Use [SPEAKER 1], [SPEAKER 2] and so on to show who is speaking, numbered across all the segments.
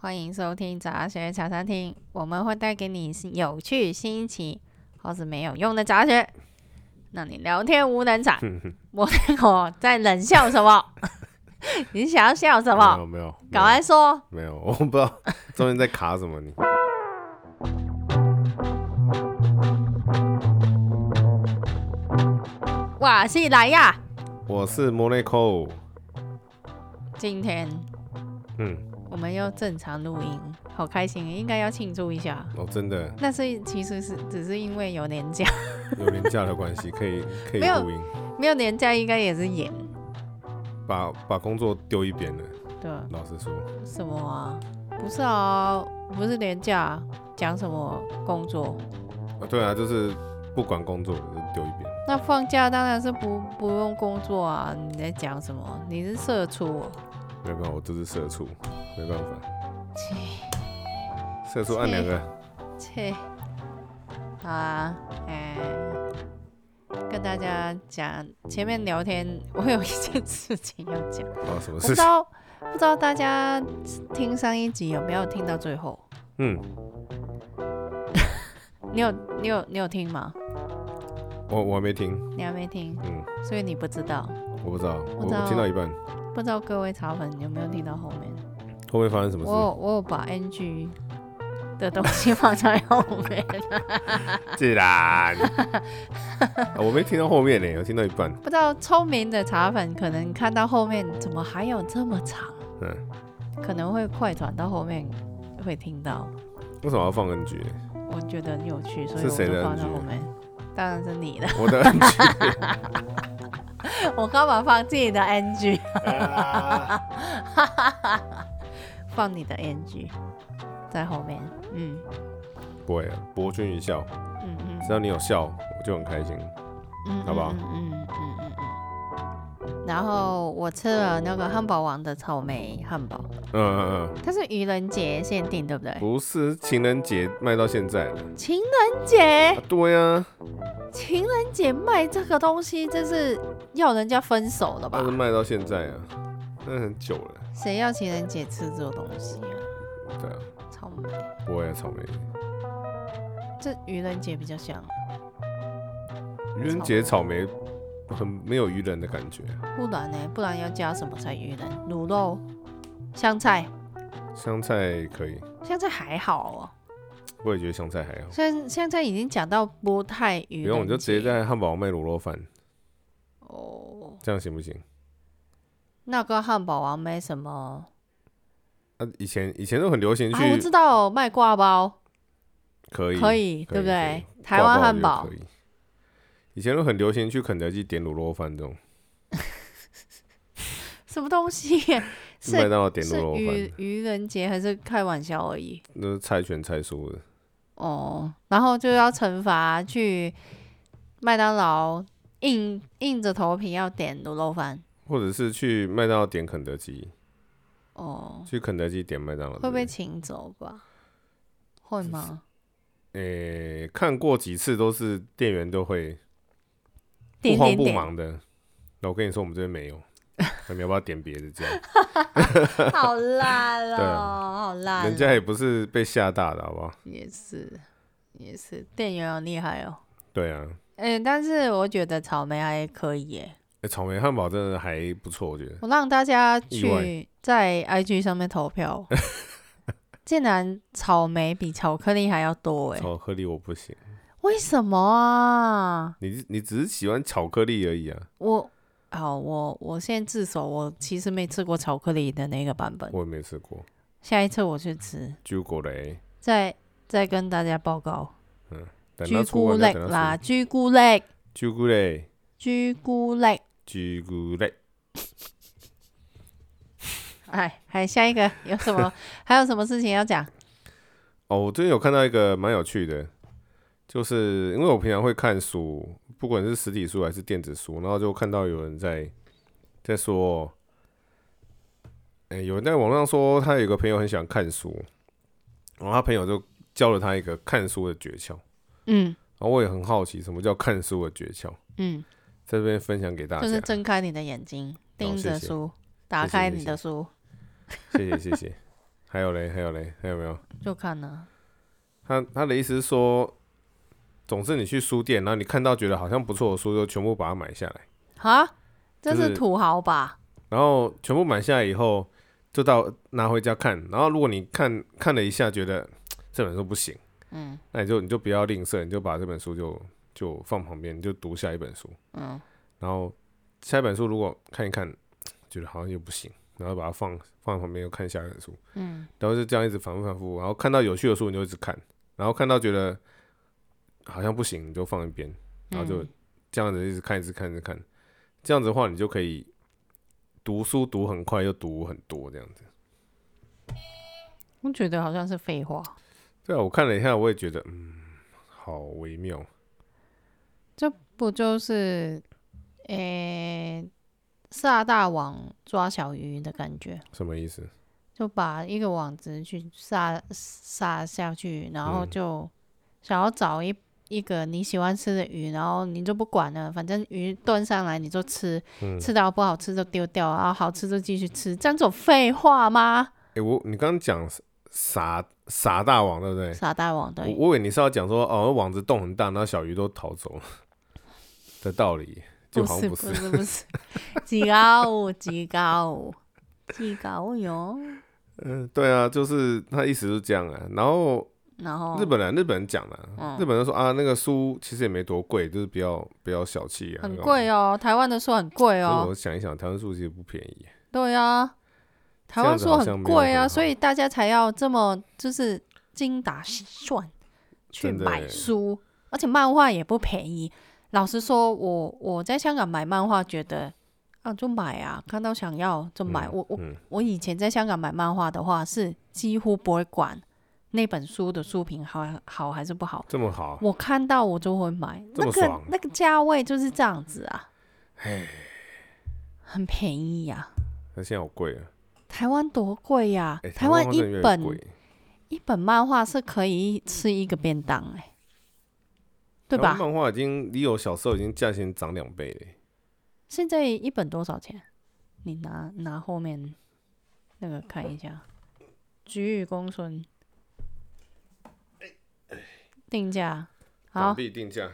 [SPEAKER 1] 欢迎收听杂学茶餐厅，我们会带给你有趣、新奇或是没有用的杂学，让你聊天无能产。我我在冷笑什么？ 你想要笑什
[SPEAKER 2] 没
[SPEAKER 1] 么？
[SPEAKER 2] 有没有，
[SPEAKER 1] 赶快说！
[SPEAKER 2] 没有， 没有，我不知道中间在卡什么你。
[SPEAKER 1] 哇西来呀！
[SPEAKER 2] 我是 Monaco，
[SPEAKER 1] 今天
[SPEAKER 2] 嗯，
[SPEAKER 1] 我们又正常录音，好开心，应该要庆祝一下。
[SPEAKER 2] 哦，真的
[SPEAKER 1] 但是其实是只是因为有年假，
[SPEAKER 2] 有廉价的关系，可以可以
[SPEAKER 1] 没有
[SPEAKER 2] 录音，
[SPEAKER 1] 没有年假应该也是演
[SPEAKER 2] 把把工作丢一边了。
[SPEAKER 1] 的
[SPEAKER 2] 老实说，
[SPEAKER 1] 什么啊？不是啊，不是年假，讲什么工作？
[SPEAKER 2] 啊对啊，就是不管工作就是丢一边。
[SPEAKER 1] 那放假当然是不不用工作啊！你在讲什么？你是社畜哦、
[SPEAKER 2] 没办法，我就是社畜，没办法。社畜按两个，
[SPEAKER 1] 切，好啊，哎、跟大家讲，前面聊天我有一件事情要讲，
[SPEAKER 2] 不知道哦什么
[SPEAKER 1] 不知
[SPEAKER 2] 事情。
[SPEAKER 1] 道不知道大家听上一集有没有听到最后？
[SPEAKER 2] 嗯，
[SPEAKER 1] 你有你有你有听吗？
[SPEAKER 2] 我我还没听，
[SPEAKER 1] 你还没听，
[SPEAKER 2] 嗯，
[SPEAKER 1] 所以你不知道，
[SPEAKER 2] 我不知道，
[SPEAKER 1] 我
[SPEAKER 2] 我
[SPEAKER 1] 知道
[SPEAKER 2] 我听到一半，
[SPEAKER 1] 不知道各位茶粉有没有听到后面？
[SPEAKER 2] 后面发生什么
[SPEAKER 1] 我有我有把 NG 的东西放在后 面。
[SPEAKER 2] 事？自然，啊我没听到后面呢，我听到一半，
[SPEAKER 1] 不知道聪明的茶粉可能看到后面怎么还有这么长，
[SPEAKER 2] 嗯，
[SPEAKER 1] 可能会快转到后面会听到，
[SPEAKER 2] 为什么要 放 NG 呢？
[SPEAKER 1] 我觉得很有趣，所以
[SPEAKER 2] 是
[SPEAKER 1] 我
[SPEAKER 2] 谁
[SPEAKER 1] 就
[SPEAKER 2] 的
[SPEAKER 1] 放在
[SPEAKER 2] NG
[SPEAKER 1] 后面。当然是你的，
[SPEAKER 2] 我的 NG
[SPEAKER 1] 我干嘛放自己的 NG？放你的 NG 在后面。嗯
[SPEAKER 2] 不会啊，博君一笑，
[SPEAKER 1] 嗯嗯，
[SPEAKER 2] 只要你有笑，我就很开心。
[SPEAKER 1] 嗯
[SPEAKER 2] 啊好不好
[SPEAKER 1] 嗯嗯嗯嗯嗯。然后我吃了那个汉堡王的草莓汉堡，
[SPEAKER 2] 嗯嗯嗯，
[SPEAKER 1] 它是愚人节限定，对不对？
[SPEAKER 2] 不是情人节卖到现在了，
[SPEAKER 1] 情人节
[SPEAKER 2] 啊。对啊，
[SPEAKER 1] 情人节卖这个东西，这是要人家分手了吧
[SPEAKER 2] 但是？卖到现在啊，那很久了。
[SPEAKER 1] 谁要情人节吃这种东西啊？
[SPEAKER 2] 对啊，
[SPEAKER 1] 草莓，
[SPEAKER 2] 不会啊，草莓。
[SPEAKER 1] 这愚人节比较像啊，
[SPEAKER 2] 愚人节草莓很没有愚人的感觉，
[SPEAKER 1] 不然呢？不然要加什么才愚人？卤肉、香菜，
[SPEAKER 2] 香菜可以，
[SPEAKER 1] 香菜还好哦。
[SPEAKER 2] 我也觉得香菜还好。
[SPEAKER 1] 虽然香菜已经讲到不太愚
[SPEAKER 2] 不
[SPEAKER 1] 人节，
[SPEAKER 2] 用，我就直接在汉堡王卖卤肉饭，
[SPEAKER 1] 哦，
[SPEAKER 2] 这样行不行？
[SPEAKER 1] 那个汉堡王没什么
[SPEAKER 2] 啊，以前以前都很流行
[SPEAKER 1] 啊，我知
[SPEAKER 2] 去，
[SPEAKER 1] 道卖挂包
[SPEAKER 2] 可以
[SPEAKER 1] 可以，
[SPEAKER 2] 可
[SPEAKER 1] 对不
[SPEAKER 2] 以可
[SPEAKER 1] 对
[SPEAKER 2] 以？
[SPEAKER 1] 台湾汉
[SPEAKER 2] 挂
[SPEAKER 1] 堡
[SPEAKER 2] 就可以。以前都很流行去肯德基点卤肉饭这种，
[SPEAKER 1] 什么东西？ 是
[SPEAKER 2] 麦当劳点
[SPEAKER 1] 是
[SPEAKER 2] 卤肉饭
[SPEAKER 1] 愚，愚人节还是开玩笑而已？
[SPEAKER 2] 那是猜拳猜输的。
[SPEAKER 1] 哦，然后就要惩罚去麦当劳硬硬着头皮要点卤肉饭。
[SPEAKER 2] 或者是去麦当劳点肯德基，
[SPEAKER 1] 哦，
[SPEAKER 2] 去肯德基点麦当劳。
[SPEAKER 1] 会被请走吧？会吗？
[SPEAKER 2] 诶、看过几次都是店员都会不
[SPEAKER 1] 点
[SPEAKER 2] 慌
[SPEAKER 1] 点
[SPEAKER 2] 不
[SPEAKER 1] 点，
[SPEAKER 2] 忙的。那我跟你说，我们这边没 有，那你要不要点别的？这样
[SPEAKER 1] 好烂
[SPEAKER 2] 对啊
[SPEAKER 1] 哦，好烂哦。
[SPEAKER 2] 人家也不是被吓大的，好不好？
[SPEAKER 1] 也是也是，店员好厉害哦。
[SPEAKER 2] 对啊，
[SPEAKER 1] 哎，但是我觉得草莓还可以耶。
[SPEAKER 2] 诶草莓汉堡真的还不错，我觉得。
[SPEAKER 1] 我让大家
[SPEAKER 2] 意外
[SPEAKER 1] 去在 IG 上面投 票，竟然草莓比巧克力还要多哎，
[SPEAKER 2] 巧克力我不行，
[SPEAKER 1] 为什么啊？
[SPEAKER 2] 你你只是喜欢巧克力而已啊，
[SPEAKER 1] 我好，我我现在自首，我其实没吃过巧克力的那个版本，
[SPEAKER 2] 我也没吃过。
[SPEAKER 1] 下一次我去吃，
[SPEAKER 2] 朱古力，
[SPEAKER 1] 再再跟大家报告。
[SPEAKER 2] 等
[SPEAKER 1] 居
[SPEAKER 2] 它出
[SPEAKER 1] 古
[SPEAKER 2] 完再
[SPEAKER 1] 力
[SPEAKER 2] 等
[SPEAKER 1] 啦，
[SPEAKER 2] 它出。
[SPEAKER 1] 居古力，
[SPEAKER 2] 朱古力，
[SPEAKER 1] 居古力，
[SPEAKER 2] 朱古力，
[SPEAKER 1] 哎，还下一个有什 么？还有什么事情要讲？
[SPEAKER 2] 哦，我最近有看到一个蛮有趣的，就是因为我平常会看书，不管是实体书还是电子书，然后就看到有人在在说，哎、有人在网上说他有个朋友很喜欢看书，然后他朋友就教了他一个看书的诀窍，
[SPEAKER 1] 嗯
[SPEAKER 2] 然后我也很好奇什么叫看书的诀窍，
[SPEAKER 1] 嗯，
[SPEAKER 2] 在这边分享给大家，
[SPEAKER 1] 就是睁开你的眼睛，盯着
[SPEAKER 2] 谢谢
[SPEAKER 1] 书，打开你的书，
[SPEAKER 2] 谢谢谢谢。还有嘞，还有嘞，还有没有？
[SPEAKER 1] 就看呢、
[SPEAKER 2] 他他的意思是说，总之你去书店，然后你看到觉得好像不错的书，就全部把它买下来，
[SPEAKER 1] 啊，这
[SPEAKER 2] 就是
[SPEAKER 1] 是土豪吧？
[SPEAKER 2] 然后全部买下来以后，就到拿回家看。然后如果你看看了一下，觉得这本书不行，
[SPEAKER 1] 嗯
[SPEAKER 2] 那你就你就不要吝啬，你就把这本书就就放旁边，你就读下一本书。
[SPEAKER 1] 嗯，
[SPEAKER 2] 然后下一本书如果看一看，觉得好像又不行，然后把它放放旁边又看下一本书，
[SPEAKER 1] 嗯，
[SPEAKER 2] 然后就这样一直反复反复，然后看到有趣的书你就一直看，然后看到觉得好像不行你就放一边，然后就
[SPEAKER 1] 嗯
[SPEAKER 2] 这样子一直看一直看一直看，这样子的话你就可以读书读很快又读很多这样子。
[SPEAKER 1] 我觉得好像是废话，
[SPEAKER 2] 对啊，我看了一下，我也觉得嗯，好微妙。
[SPEAKER 1] 这不就是诶撒大网抓小鱼的感觉？
[SPEAKER 2] 什么意思？
[SPEAKER 1] 就把一个网子去撒撒下去，然后
[SPEAKER 2] 嗯
[SPEAKER 1] 就想要找一一个你喜欢吃的鱼，然后你就不管了，反正鱼端上来你就吃，
[SPEAKER 2] 嗯
[SPEAKER 1] 吃到不好吃就丢掉，然后好吃就继续吃，这样种废话吗？
[SPEAKER 2] 哎、我你刚刚讲傻傻大王对不对？
[SPEAKER 1] 撒大网的
[SPEAKER 2] 我我以为你是要讲说哦，网子洞很大，然后小鱼都逃走了的道理，就好像
[SPEAKER 1] 不
[SPEAKER 2] 是。
[SPEAKER 1] 是不是， 几高几高几高哟，
[SPEAKER 2] 嗯，对啊，就是他意思是这样啊。然后
[SPEAKER 1] 然后
[SPEAKER 2] 日本人、日本人讲的啊、
[SPEAKER 1] 嗯
[SPEAKER 2] 日本人说啊，那个书其实也没多贵，就是比较比较小气啊，
[SPEAKER 1] 很
[SPEAKER 2] 哦。
[SPEAKER 1] 贵哦，台湾的书很贵
[SPEAKER 2] 可
[SPEAKER 1] 哦
[SPEAKER 2] 是，我想一想，台湾书其实不便宜。
[SPEAKER 1] 对啊，台
[SPEAKER 2] 这
[SPEAKER 1] 湾
[SPEAKER 2] 样子
[SPEAKER 1] 书
[SPEAKER 2] 好像
[SPEAKER 1] 很
[SPEAKER 2] 没有
[SPEAKER 1] 贵
[SPEAKER 2] 很
[SPEAKER 1] 啊，
[SPEAKER 2] 好
[SPEAKER 1] 所以大家才要这么就是精打细算去
[SPEAKER 2] 真的欸
[SPEAKER 1] 买
[SPEAKER 2] 耶
[SPEAKER 1] 书，而且漫画也不便宜。老实说，我我在香港买漫画，觉得啊就买啊，看到想要就买。
[SPEAKER 2] 嗯
[SPEAKER 1] 我我
[SPEAKER 2] 嗯
[SPEAKER 1] 我以前在香港买漫画的话，是几乎不会管那本书的书评好好还是不好，
[SPEAKER 2] 这么好，
[SPEAKER 1] 我看到我就会买。
[SPEAKER 2] 这
[SPEAKER 1] 那
[SPEAKER 2] 么
[SPEAKER 1] 个
[SPEAKER 2] 爽
[SPEAKER 1] 那个价位就是这样子啊，
[SPEAKER 2] 哎，
[SPEAKER 1] 很便宜呀、
[SPEAKER 2] 那现在好贵啊！
[SPEAKER 1] 台湾多贵呀、
[SPEAKER 2] 哎，
[SPEAKER 1] 台
[SPEAKER 2] 湾
[SPEAKER 1] 湾一
[SPEAKER 2] 真的越来越
[SPEAKER 1] 本
[SPEAKER 2] 贵
[SPEAKER 1] 一本漫画是可以吃一个便当哎、对
[SPEAKER 2] 台湾
[SPEAKER 1] 吧？
[SPEAKER 2] 漫画已经离我小时候已经价钱涨两倍了。
[SPEAKER 1] 现在一本多少钱？你拿拿后面那个看一下，《菊与公孙》定价
[SPEAKER 2] 港
[SPEAKER 1] 好，
[SPEAKER 2] 币定价，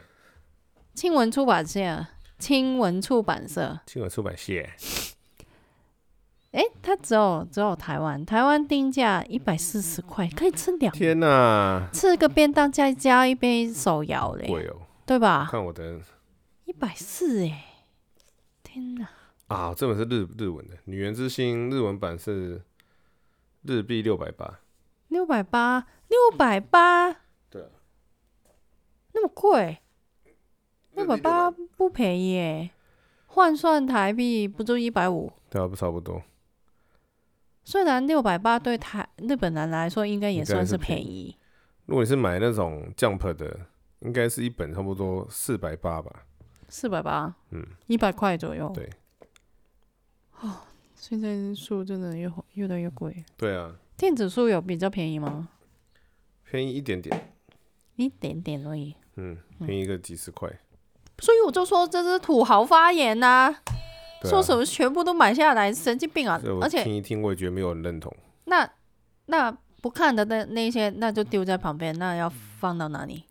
[SPEAKER 1] 青文出版社，青文出版社，
[SPEAKER 2] 金额出版社，
[SPEAKER 1] 诶，它只有只有台湾，台湾定价一百四十块，可以吃两
[SPEAKER 2] 天哪，
[SPEAKER 1] 吃个便当，再加一杯手摇嘞，
[SPEAKER 2] 贵哦！
[SPEAKER 1] 对啊吧？
[SPEAKER 2] 看我的
[SPEAKER 1] 一百四哎，天哪！
[SPEAKER 2] 啊，这本是日日文的《女人之心》，日文版是日币六百八。
[SPEAKER 1] 六百八，六百八，
[SPEAKER 2] 对啊，
[SPEAKER 1] 那么贵，
[SPEAKER 2] 日
[SPEAKER 1] 六
[SPEAKER 2] 币
[SPEAKER 1] 百八不便宜耶，换算台币不就一百五？
[SPEAKER 2] 对啊，不差不多。
[SPEAKER 1] 虽然六百八对台日本人来说应该也
[SPEAKER 2] 应该
[SPEAKER 1] 算
[SPEAKER 2] 是
[SPEAKER 1] 是
[SPEAKER 2] 便
[SPEAKER 1] 便宜，
[SPEAKER 2] 如果你是买那种 Jump 的，应该是一本差不多四百八吧。
[SPEAKER 1] 四百八，
[SPEAKER 2] 嗯，
[SPEAKER 1] 一百块左右。哦
[SPEAKER 2] 对，
[SPEAKER 1] 现在书真的越越来越贵。
[SPEAKER 2] 对啊，
[SPEAKER 1] 电子书有比较便宜吗？
[SPEAKER 2] 便宜一点点，
[SPEAKER 1] 一点点而已。
[SPEAKER 2] 嗯，便宜个几十块。
[SPEAKER 1] 所以我就说这是土豪发言呐、
[SPEAKER 2] 对啊
[SPEAKER 1] 说什么全部都买下来，神经病啊
[SPEAKER 2] 所以！我
[SPEAKER 1] 而且
[SPEAKER 2] 听一听，我也觉得没有人认同。
[SPEAKER 1] 那那不看的那那些，那就丢在旁边，那要放到哪里？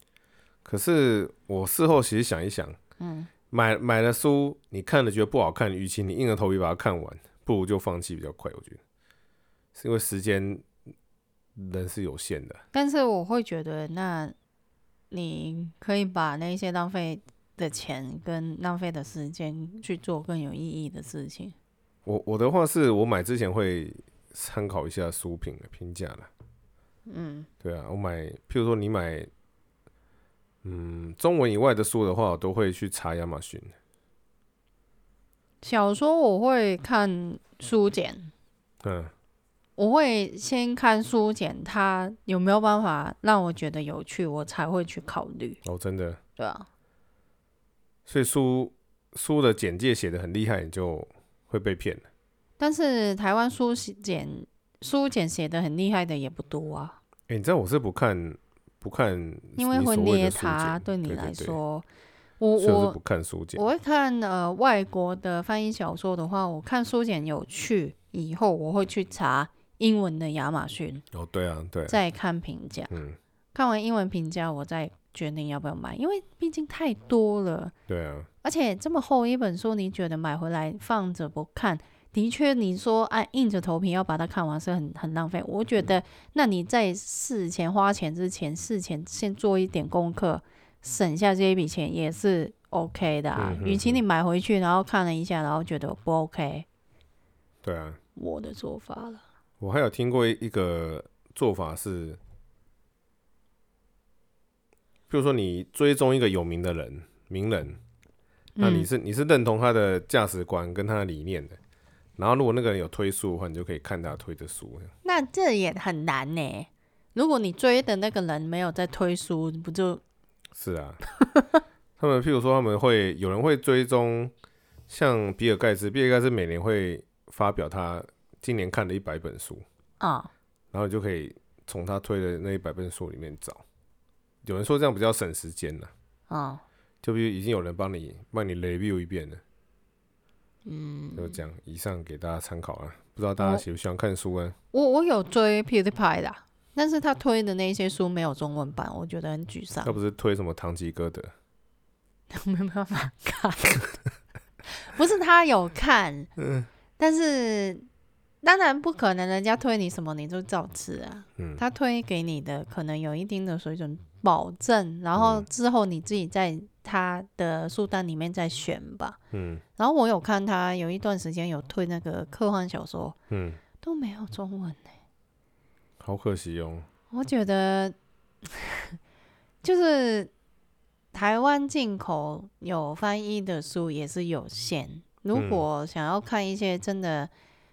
[SPEAKER 2] 可是我事后其实想一想，
[SPEAKER 1] 嗯，
[SPEAKER 2] 买买了书，你看了觉得不好看，与其你硬着头皮把它看完，不如就放弃比较快。我觉得是因为时间人是有限的。
[SPEAKER 1] 但是我会觉得，那你可以把那些浪费的钱跟浪费的时间去做更有意义的事情。
[SPEAKER 2] 我我的话是我买之前会参考一下书评的评价啦。
[SPEAKER 1] 嗯
[SPEAKER 2] 对啊，我买，譬如说你买，嗯，中文以外的书的话，我都会去查亚马逊。
[SPEAKER 1] 小说我会看书简，
[SPEAKER 2] 嗯，
[SPEAKER 1] 我会先看书简，它有没有办法让我觉得有趣，我才会去考虑，
[SPEAKER 2] 哦，真的，
[SPEAKER 1] 对啊，
[SPEAKER 2] 所以书书的简介写的很厉害，你就会被骗了。
[SPEAKER 1] 但是台湾书简书简写的很厉害的也不多啊。
[SPEAKER 2] 哎、你知道我是不看不看你
[SPEAKER 1] 因
[SPEAKER 2] 所谓
[SPEAKER 1] 为
[SPEAKER 2] 的
[SPEAKER 1] 会
[SPEAKER 2] 书简，
[SPEAKER 1] 捏它，对
[SPEAKER 2] 对
[SPEAKER 1] 你
[SPEAKER 2] 对
[SPEAKER 1] 来
[SPEAKER 2] 对
[SPEAKER 1] 说，
[SPEAKER 2] 所以
[SPEAKER 1] 我
[SPEAKER 2] 我是不
[SPEAKER 1] 我
[SPEAKER 2] 看书简
[SPEAKER 1] 我。会看呃
[SPEAKER 2] 嗯
[SPEAKER 1] 外国的翻译小说的话，我看书简有趣，以后我会去查英文的亚马逊，
[SPEAKER 2] 哦，对啊，对啊，
[SPEAKER 1] 再看评价。
[SPEAKER 2] 嗯，
[SPEAKER 1] 看完英文评价，我再决定要不要买，因为毕竟太多了，
[SPEAKER 2] 对啊，
[SPEAKER 1] 而且这么厚一本书，你觉得买回来放着不看，的确，你说按硬着头皮要把它看完是很很浪费。我觉
[SPEAKER 2] 嗯
[SPEAKER 1] 得，那你在事前花钱之前，事前先做一点功课，省下这一笔钱也是 OK 的啊
[SPEAKER 2] 嗯。嗯
[SPEAKER 1] 与其你买回去，然后看了一下，然后觉得不 OK，
[SPEAKER 2] 对啊。
[SPEAKER 1] 我的做法了。
[SPEAKER 2] 我还有听过一个做法是，比如说你追踪一个有名的人、名人，那你
[SPEAKER 1] 嗯
[SPEAKER 2] 是你是认同他的价值观跟他的理念的，然后如果那个人有推书的话，你就可以看他推的书。
[SPEAKER 1] 那这也很难呢、如果你追的那个人没有在推书，不就是
[SPEAKER 2] 啊， 他们譬如说他们会有人会追踪，像比尔盖茨，比尔盖茨每年会发表他今年看的一百本书，
[SPEAKER 1] 啊、
[SPEAKER 2] 然后你就可以从他推的那一百本书里面找。有人说这样比较省时间呢、
[SPEAKER 1] 啊、
[SPEAKER 2] 就比如已经有人帮你帮你 review 一遍了，嗯，就这样，以上给大家参考啊。不知道大家
[SPEAKER 1] 哦
[SPEAKER 2] 喜不喜欢看书啊？
[SPEAKER 1] 我我有追 PewDiePie 的啊、但是他推的那些书没有中文版，我觉得很沮丧
[SPEAKER 2] 那，不是推什么堂吉诃德？
[SPEAKER 1] 没有办法看。不是他有看，但是当然不可能，人家推你什么你就照吃啊。
[SPEAKER 2] 嗯
[SPEAKER 1] 他推给你的可能有一定的水准保证，然后
[SPEAKER 2] 嗯
[SPEAKER 1] 之后你自己在他的书单里面再选吧。
[SPEAKER 2] 嗯
[SPEAKER 1] 然后我有看他有一段时间有推那个科幻小说，
[SPEAKER 2] 嗯，
[SPEAKER 1] 都没有中文欸
[SPEAKER 2] 好可惜哦。
[SPEAKER 1] 我觉得就是台湾进口有翻译的书也是有限，如
[SPEAKER 2] 嗯
[SPEAKER 1] 果想要看一些真的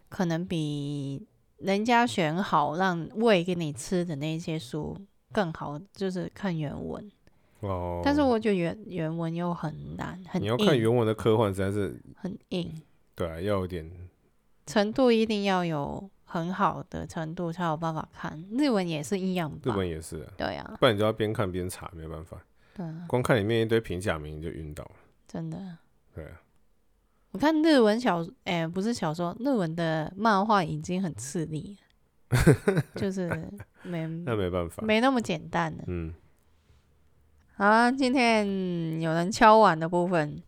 [SPEAKER 1] 可能比人家选好让喂给你吃的那些书更好，就是看原文。
[SPEAKER 2] 哦，
[SPEAKER 1] 但是我觉得原原文又很难，很
[SPEAKER 2] 你要看
[SPEAKER 1] 硬，
[SPEAKER 2] 原文的科幻，实在是
[SPEAKER 1] 很硬。
[SPEAKER 2] 对啊，要有点
[SPEAKER 1] 程度一定要有很好的程度才有办法看。日文也是一样
[SPEAKER 2] 日
[SPEAKER 1] 吧？
[SPEAKER 2] 本也是、啊，
[SPEAKER 1] 对啊，
[SPEAKER 2] 不然你就要边看边查，没办法，
[SPEAKER 1] 对啊，
[SPEAKER 2] 光看里面一堆平假名你就晕倒了。
[SPEAKER 1] 真的。
[SPEAKER 2] 对啊，
[SPEAKER 1] 我看日文小，哎、不是小说，日文的漫画已经很吃力 了，就是没
[SPEAKER 2] 那没办法。
[SPEAKER 1] 嗯没那么简单了。
[SPEAKER 2] 嗯，
[SPEAKER 1] 好啊，今天有人敲碗的部分，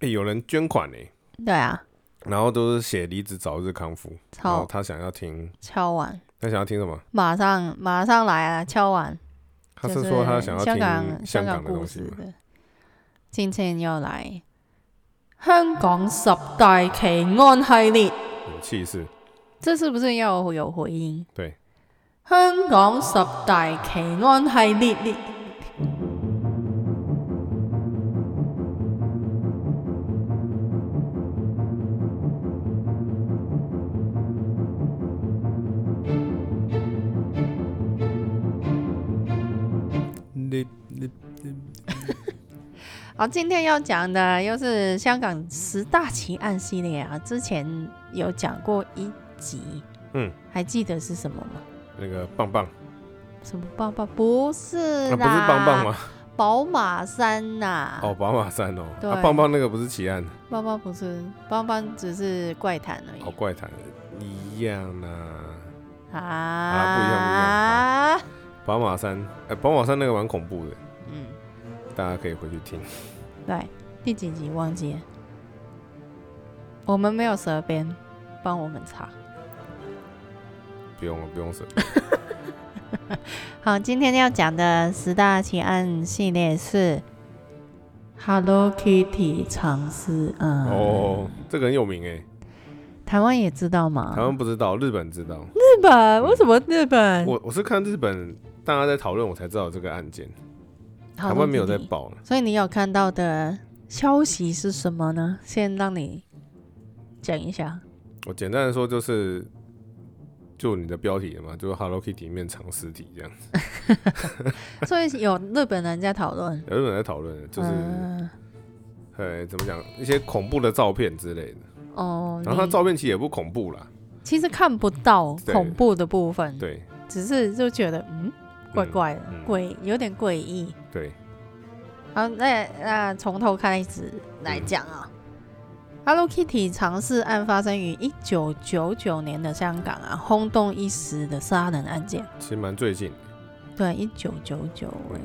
[SPEAKER 2] 诶有人捐款呢、
[SPEAKER 1] 对啊，
[SPEAKER 2] 然后都是写离职早日康复，然后
[SPEAKER 1] 敲
[SPEAKER 2] 他想要听，
[SPEAKER 1] 敲碗，
[SPEAKER 2] 他想要听什么？
[SPEAKER 1] 马上马上来啊，敲碗。
[SPEAKER 2] 他
[SPEAKER 1] 就是
[SPEAKER 2] 说他想要听
[SPEAKER 1] 香港
[SPEAKER 2] 香
[SPEAKER 1] 港
[SPEAKER 2] 港的
[SPEAKER 1] 故
[SPEAKER 2] 东西
[SPEAKER 1] 事
[SPEAKER 2] 吗？
[SPEAKER 1] 的。今天要嚟香港十大奇案系列，
[SPEAKER 2] 有气势，
[SPEAKER 1] 这是不是要有回音？
[SPEAKER 2] 对，
[SPEAKER 1] 香港十大奇案系列列。
[SPEAKER 2] 你你
[SPEAKER 1] 好，哦今天要讲的又是香港十大奇案系列啊，之前有讲过一集，
[SPEAKER 2] 嗯，
[SPEAKER 1] 还记得是什么吗？
[SPEAKER 2] 那个棒棒，啊
[SPEAKER 1] 什么棒棒？不是
[SPEAKER 2] 不
[SPEAKER 1] 啦，
[SPEAKER 2] 是棒棒？吗？
[SPEAKER 1] 宝马山呐、
[SPEAKER 2] 哦，宝马山哦，
[SPEAKER 1] 对
[SPEAKER 2] 啊棒棒那个不是奇案，
[SPEAKER 1] 邦邦不是，邦邦只是怪谈而已。
[SPEAKER 2] 好怪谈，一样啦。
[SPEAKER 1] 啊
[SPEAKER 2] 啊宝马山，哎、宝马山那个蛮恐怖的，
[SPEAKER 1] 嗯，
[SPEAKER 2] 大家可以回去听。
[SPEAKER 1] 对，第几集忘记了？我们没有蛇鞭，帮我们查。
[SPEAKER 2] 不用了，不用舍。
[SPEAKER 1] 好，今天要讲的十大奇案系列是 Hello Kitty 藏尸案。
[SPEAKER 2] 哦，这个很有名哎，
[SPEAKER 1] 台湾也知道吗？
[SPEAKER 2] 台湾不知道，日本知道。
[SPEAKER 1] 日本为什么日本？
[SPEAKER 2] 我我是看日本大家在讨论，我才知道有这个案件，
[SPEAKER 1] 哦
[SPEAKER 2] 台
[SPEAKER 1] Hello
[SPEAKER 2] 湾没有在
[SPEAKER 1] Kitty
[SPEAKER 2] 报啊了。
[SPEAKER 1] 所以你有看到的消息是什么呢？先让你讲一下。
[SPEAKER 2] 我简单的说就是，就你的标题了嘛，就是 Hello Kitty 面藏尸体这样子，
[SPEAKER 1] 所以有日本人在讨论，
[SPEAKER 2] 有日本在讨论， 就是
[SPEAKER 1] 嗯
[SPEAKER 2] 呃怎么讲一些恐怖的照片之类的。
[SPEAKER 1] 哦，
[SPEAKER 2] 然后它
[SPEAKER 1] 你
[SPEAKER 2] 照片其实也不恐怖啦，
[SPEAKER 1] 其实看不到
[SPEAKER 2] 对
[SPEAKER 1] 恐怖的部分，
[SPEAKER 2] 对
[SPEAKER 1] 只是就觉得嗯，怪怪的，
[SPEAKER 2] 嗯
[SPEAKER 1] 诡有点诡异。
[SPEAKER 2] 对，
[SPEAKER 1] 好，
[SPEAKER 2] 嗯
[SPEAKER 1] 那那从头开始来讲啊。 Hello Kitty 尝试案发生于一九九九年的香港啊，轰动一时的杀人案件。
[SPEAKER 2] 其实蛮最近的，
[SPEAKER 1] 对，一九九九哎，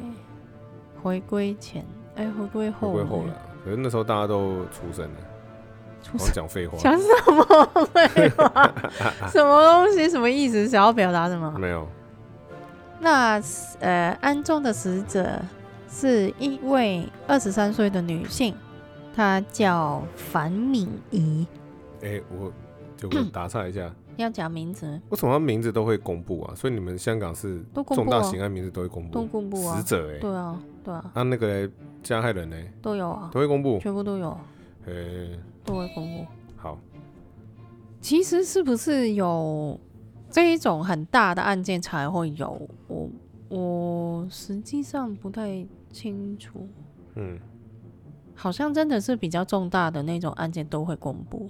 [SPEAKER 1] 回归前哎、回归
[SPEAKER 2] 回
[SPEAKER 1] 后，
[SPEAKER 2] 归后了，可是那时候大家都出生了，
[SPEAKER 1] 哎出
[SPEAKER 2] 好啊
[SPEAKER 1] 生
[SPEAKER 2] 像 讲废话，
[SPEAKER 1] 讲什 么废话？什么东西？什么意思？想要表达什么？
[SPEAKER 2] 没有，
[SPEAKER 1] 那呃，安中的死者是一位二十三岁的女性，她叫樊敏仪。
[SPEAKER 2] 哎，我就我打岔一下，
[SPEAKER 1] 要讲名字
[SPEAKER 2] 为什么他名字都会公布啊？所以你们香港是
[SPEAKER 1] 都公
[SPEAKER 2] 重
[SPEAKER 1] 布
[SPEAKER 2] 大
[SPEAKER 1] 啊，
[SPEAKER 2] 刑案名字都会公
[SPEAKER 1] 都
[SPEAKER 2] 布，
[SPEAKER 1] 公布啊
[SPEAKER 2] 死，者哎，
[SPEAKER 1] 对啊，对啊，
[SPEAKER 2] 啊那个嘞加害人嘞
[SPEAKER 1] 都有啊，
[SPEAKER 2] 都会公布，
[SPEAKER 1] 全部都有，
[SPEAKER 2] 呃，
[SPEAKER 1] 都会公布。
[SPEAKER 2] 好，
[SPEAKER 1] 其实是不是有这一种很大的案件才会有？我我实际上不太清楚，
[SPEAKER 2] 嗯，
[SPEAKER 1] 好像真的是比较重大的那种案件都会公布，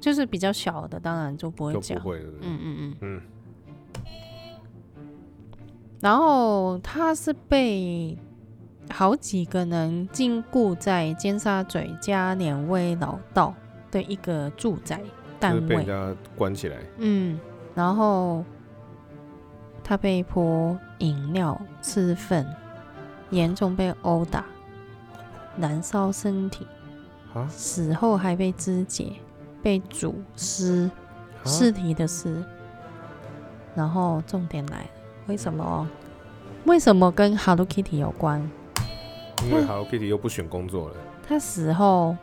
[SPEAKER 1] 就是比较小的当然就不会
[SPEAKER 2] 都
[SPEAKER 1] 讲
[SPEAKER 2] 不。会，对不对
[SPEAKER 1] 嗯嗯嗯
[SPEAKER 2] 嗯，
[SPEAKER 1] 然后他是被好几个人禁锢在尖沙咀加连威老道的一个住宅单
[SPEAKER 2] 就是被
[SPEAKER 1] 位
[SPEAKER 2] 人。家关起来，
[SPEAKER 1] 嗯，然后他被泼饮料吃粪，严重被殴打，燃烧身体，
[SPEAKER 2] 啊
[SPEAKER 1] 死后还被肢解，被煮尸，
[SPEAKER 2] 啊
[SPEAKER 1] 尸体的尸。然后重点来了，为什么？为什么跟 Hello Kitty 有关？
[SPEAKER 2] 因为 Hello Kitty 又不选工作了，
[SPEAKER 1] 他死后，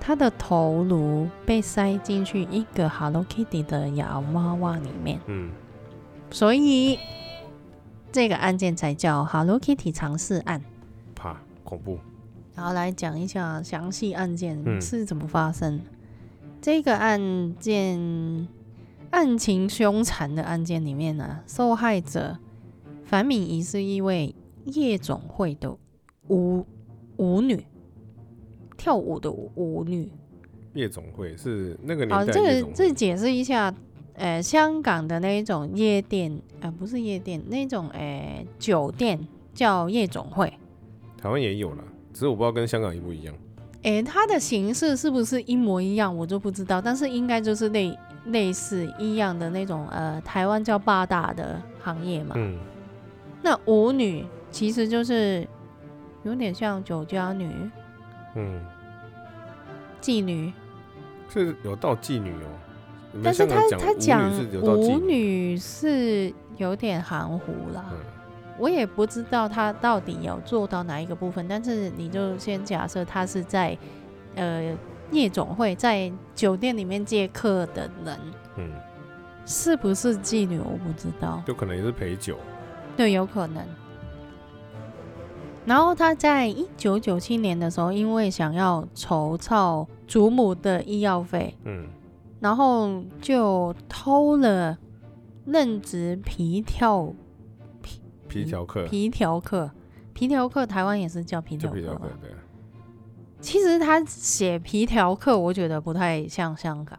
[SPEAKER 1] 他的头颅被塞进去一个 Hello Kitty 的洋娃娃里面，
[SPEAKER 2] 嗯，
[SPEAKER 1] 所以这个案件才叫 Hello Kitty 尝试案。
[SPEAKER 2] 怕恐怖，
[SPEAKER 1] 然后来讲一下详细案件
[SPEAKER 2] 嗯
[SPEAKER 1] 是怎么发生的。这个案件案情凶残的案件里面呢、受害者樊敏仪是一位夜总会的舞舞女，跳舞的舞女。
[SPEAKER 2] 夜总会是那个
[SPEAKER 1] 好，
[SPEAKER 2] 年代
[SPEAKER 1] 这
[SPEAKER 2] 夜
[SPEAKER 1] 个
[SPEAKER 2] 总
[SPEAKER 1] 这
[SPEAKER 2] 会，
[SPEAKER 1] 解释一下，呃，香港的那一种夜店，呃，不是夜店，那种呃酒店叫夜总会。
[SPEAKER 2] 台湾也有了，只是我不知道跟香港一不一样，
[SPEAKER 1] 诶，它的形式是不是一模一样，我就不知道，但是应该就是类类似一样的那种，呃，台湾叫八大的行业嘛。
[SPEAKER 2] 嗯，
[SPEAKER 1] 那舞女其实就是有点像酒家女、
[SPEAKER 2] 嗯，
[SPEAKER 1] 妓
[SPEAKER 2] 哦
[SPEAKER 1] 女，
[SPEAKER 2] 是有到妓女哦、你们
[SPEAKER 1] 但是
[SPEAKER 2] 香港
[SPEAKER 1] 她
[SPEAKER 2] 讲
[SPEAKER 1] 她
[SPEAKER 2] 舞女
[SPEAKER 1] 讲
[SPEAKER 2] 是有到
[SPEAKER 1] 舞
[SPEAKER 2] 妓女，
[SPEAKER 1] 女是有点含糊啦，
[SPEAKER 2] 嗯
[SPEAKER 1] 我也不知道她到底有做到哪一个部分，但是你就先假设她是在呃夜总会在酒店里面接客的人。
[SPEAKER 2] 嗯，
[SPEAKER 1] 是不是妓女我不知道，
[SPEAKER 2] 就可能也是陪酒，
[SPEAKER 1] 对，有可能。然后他在一九九七年的时候，因为想要筹措祖母的医药费，
[SPEAKER 2] 嗯，
[SPEAKER 1] 然后就偷了任职皮条
[SPEAKER 2] 皮条客，
[SPEAKER 1] 皮条客，皮条客台湾也是叫皮
[SPEAKER 2] 就
[SPEAKER 1] 条
[SPEAKER 2] 皮
[SPEAKER 1] 客
[SPEAKER 2] 条
[SPEAKER 1] 吧
[SPEAKER 2] 客，对，
[SPEAKER 1] 其实他写皮条客，我觉得不太像香港，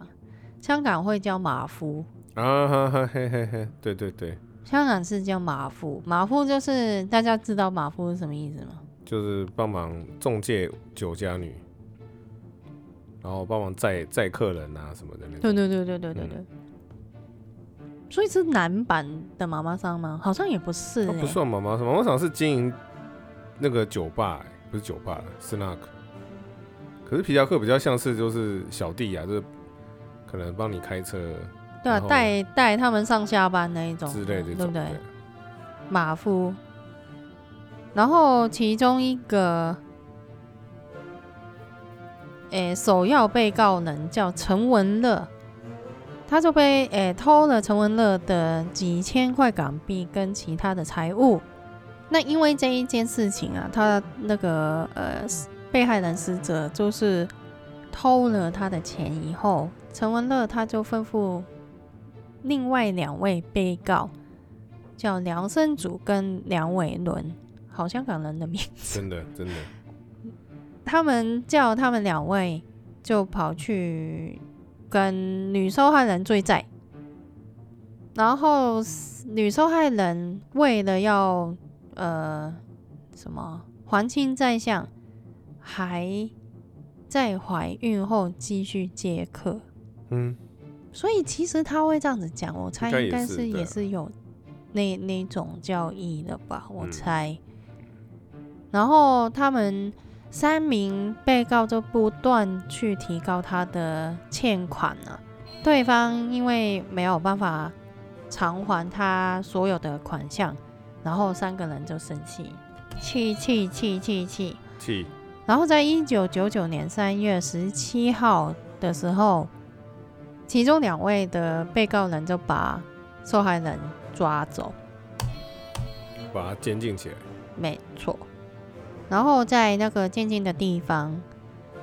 [SPEAKER 1] 香港会叫马夫，
[SPEAKER 2] 啊哈哈嘿嘿嘿，对对对，
[SPEAKER 1] 香港是叫马夫，马夫就是大家知道马夫是什么意思吗？
[SPEAKER 2] 就是帮忙中介酒家女，然后帮忙载载客人啊什么的那种，
[SPEAKER 1] 对对对对对
[SPEAKER 2] 嗯
[SPEAKER 1] 对对。所以是男版的妈妈桑吗？好像也不是、
[SPEAKER 2] 那
[SPEAKER 1] 欸，
[SPEAKER 2] 哦啊不算妈妈桑，妈妈桑是经营那个酒吧、欸不是酒吧了，是那个。可是皮条客比较像是就是小弟啊，就是可能帮你开车
[SPEAKER 1] 对啊，
[SPEAKER 2] 然后
[SPEAKER 1] 带带他们上下班那一种
[SPEAKER 2] 之类的这
[SPEAKER 1] 对不
[SPEAKER 2] 种，
[SPEAKER 1] 对？马夫。然后其中一个，诶，首要被告人叫陈文乐，他就被诶偷了陈文乐的几千块港币跟其他的财物。那因为这一件事情啊，他那个呃被害人死者就是偷了他的钱以后，陈文乐他就吩咐另外两位被告叫梁胜祖跟梁伟伦，好香港人的名 字。
[SPEAKER 2] 真的真的，
[SPEAKER 1] 他们叫他们两位就跑去跟女受害人追债，然后女受害人为了要呃什么还清债项，还在怀孕后继续接客。
[SPEAKER 2] 嗯，
[SPEAKER 1] 所以其实他会这样子讲，我猜
[SPEAKER 2] 应该
[SPEAKER 1] 应该
[SPEAKER 2] 也是
[SPEAKER 1] 是
[SPEAKER 2] 对
[SPEAKER 1] 也
[SPEAKER 2] 啊
[SPEAKER 1] 是有那那种教义的吧，我
[SPEAKER 2] 嗯
[SPEAKER 1] 猜。然后他们三名被告就不断去提高他的欠款啊，对方因为没有办法偿还他所有的款项，然后三个人就生气，气气气气气，
[SPEAKER 2] 气，
[SPEAKER 1] 然后在一九九九年三月十七号的时候，其中两位的被告人就把受害人抓走，
[SPEAKER 2] 把它监禁起来。
[SPEAKER 1] 没错。然后在那个监禁的地方，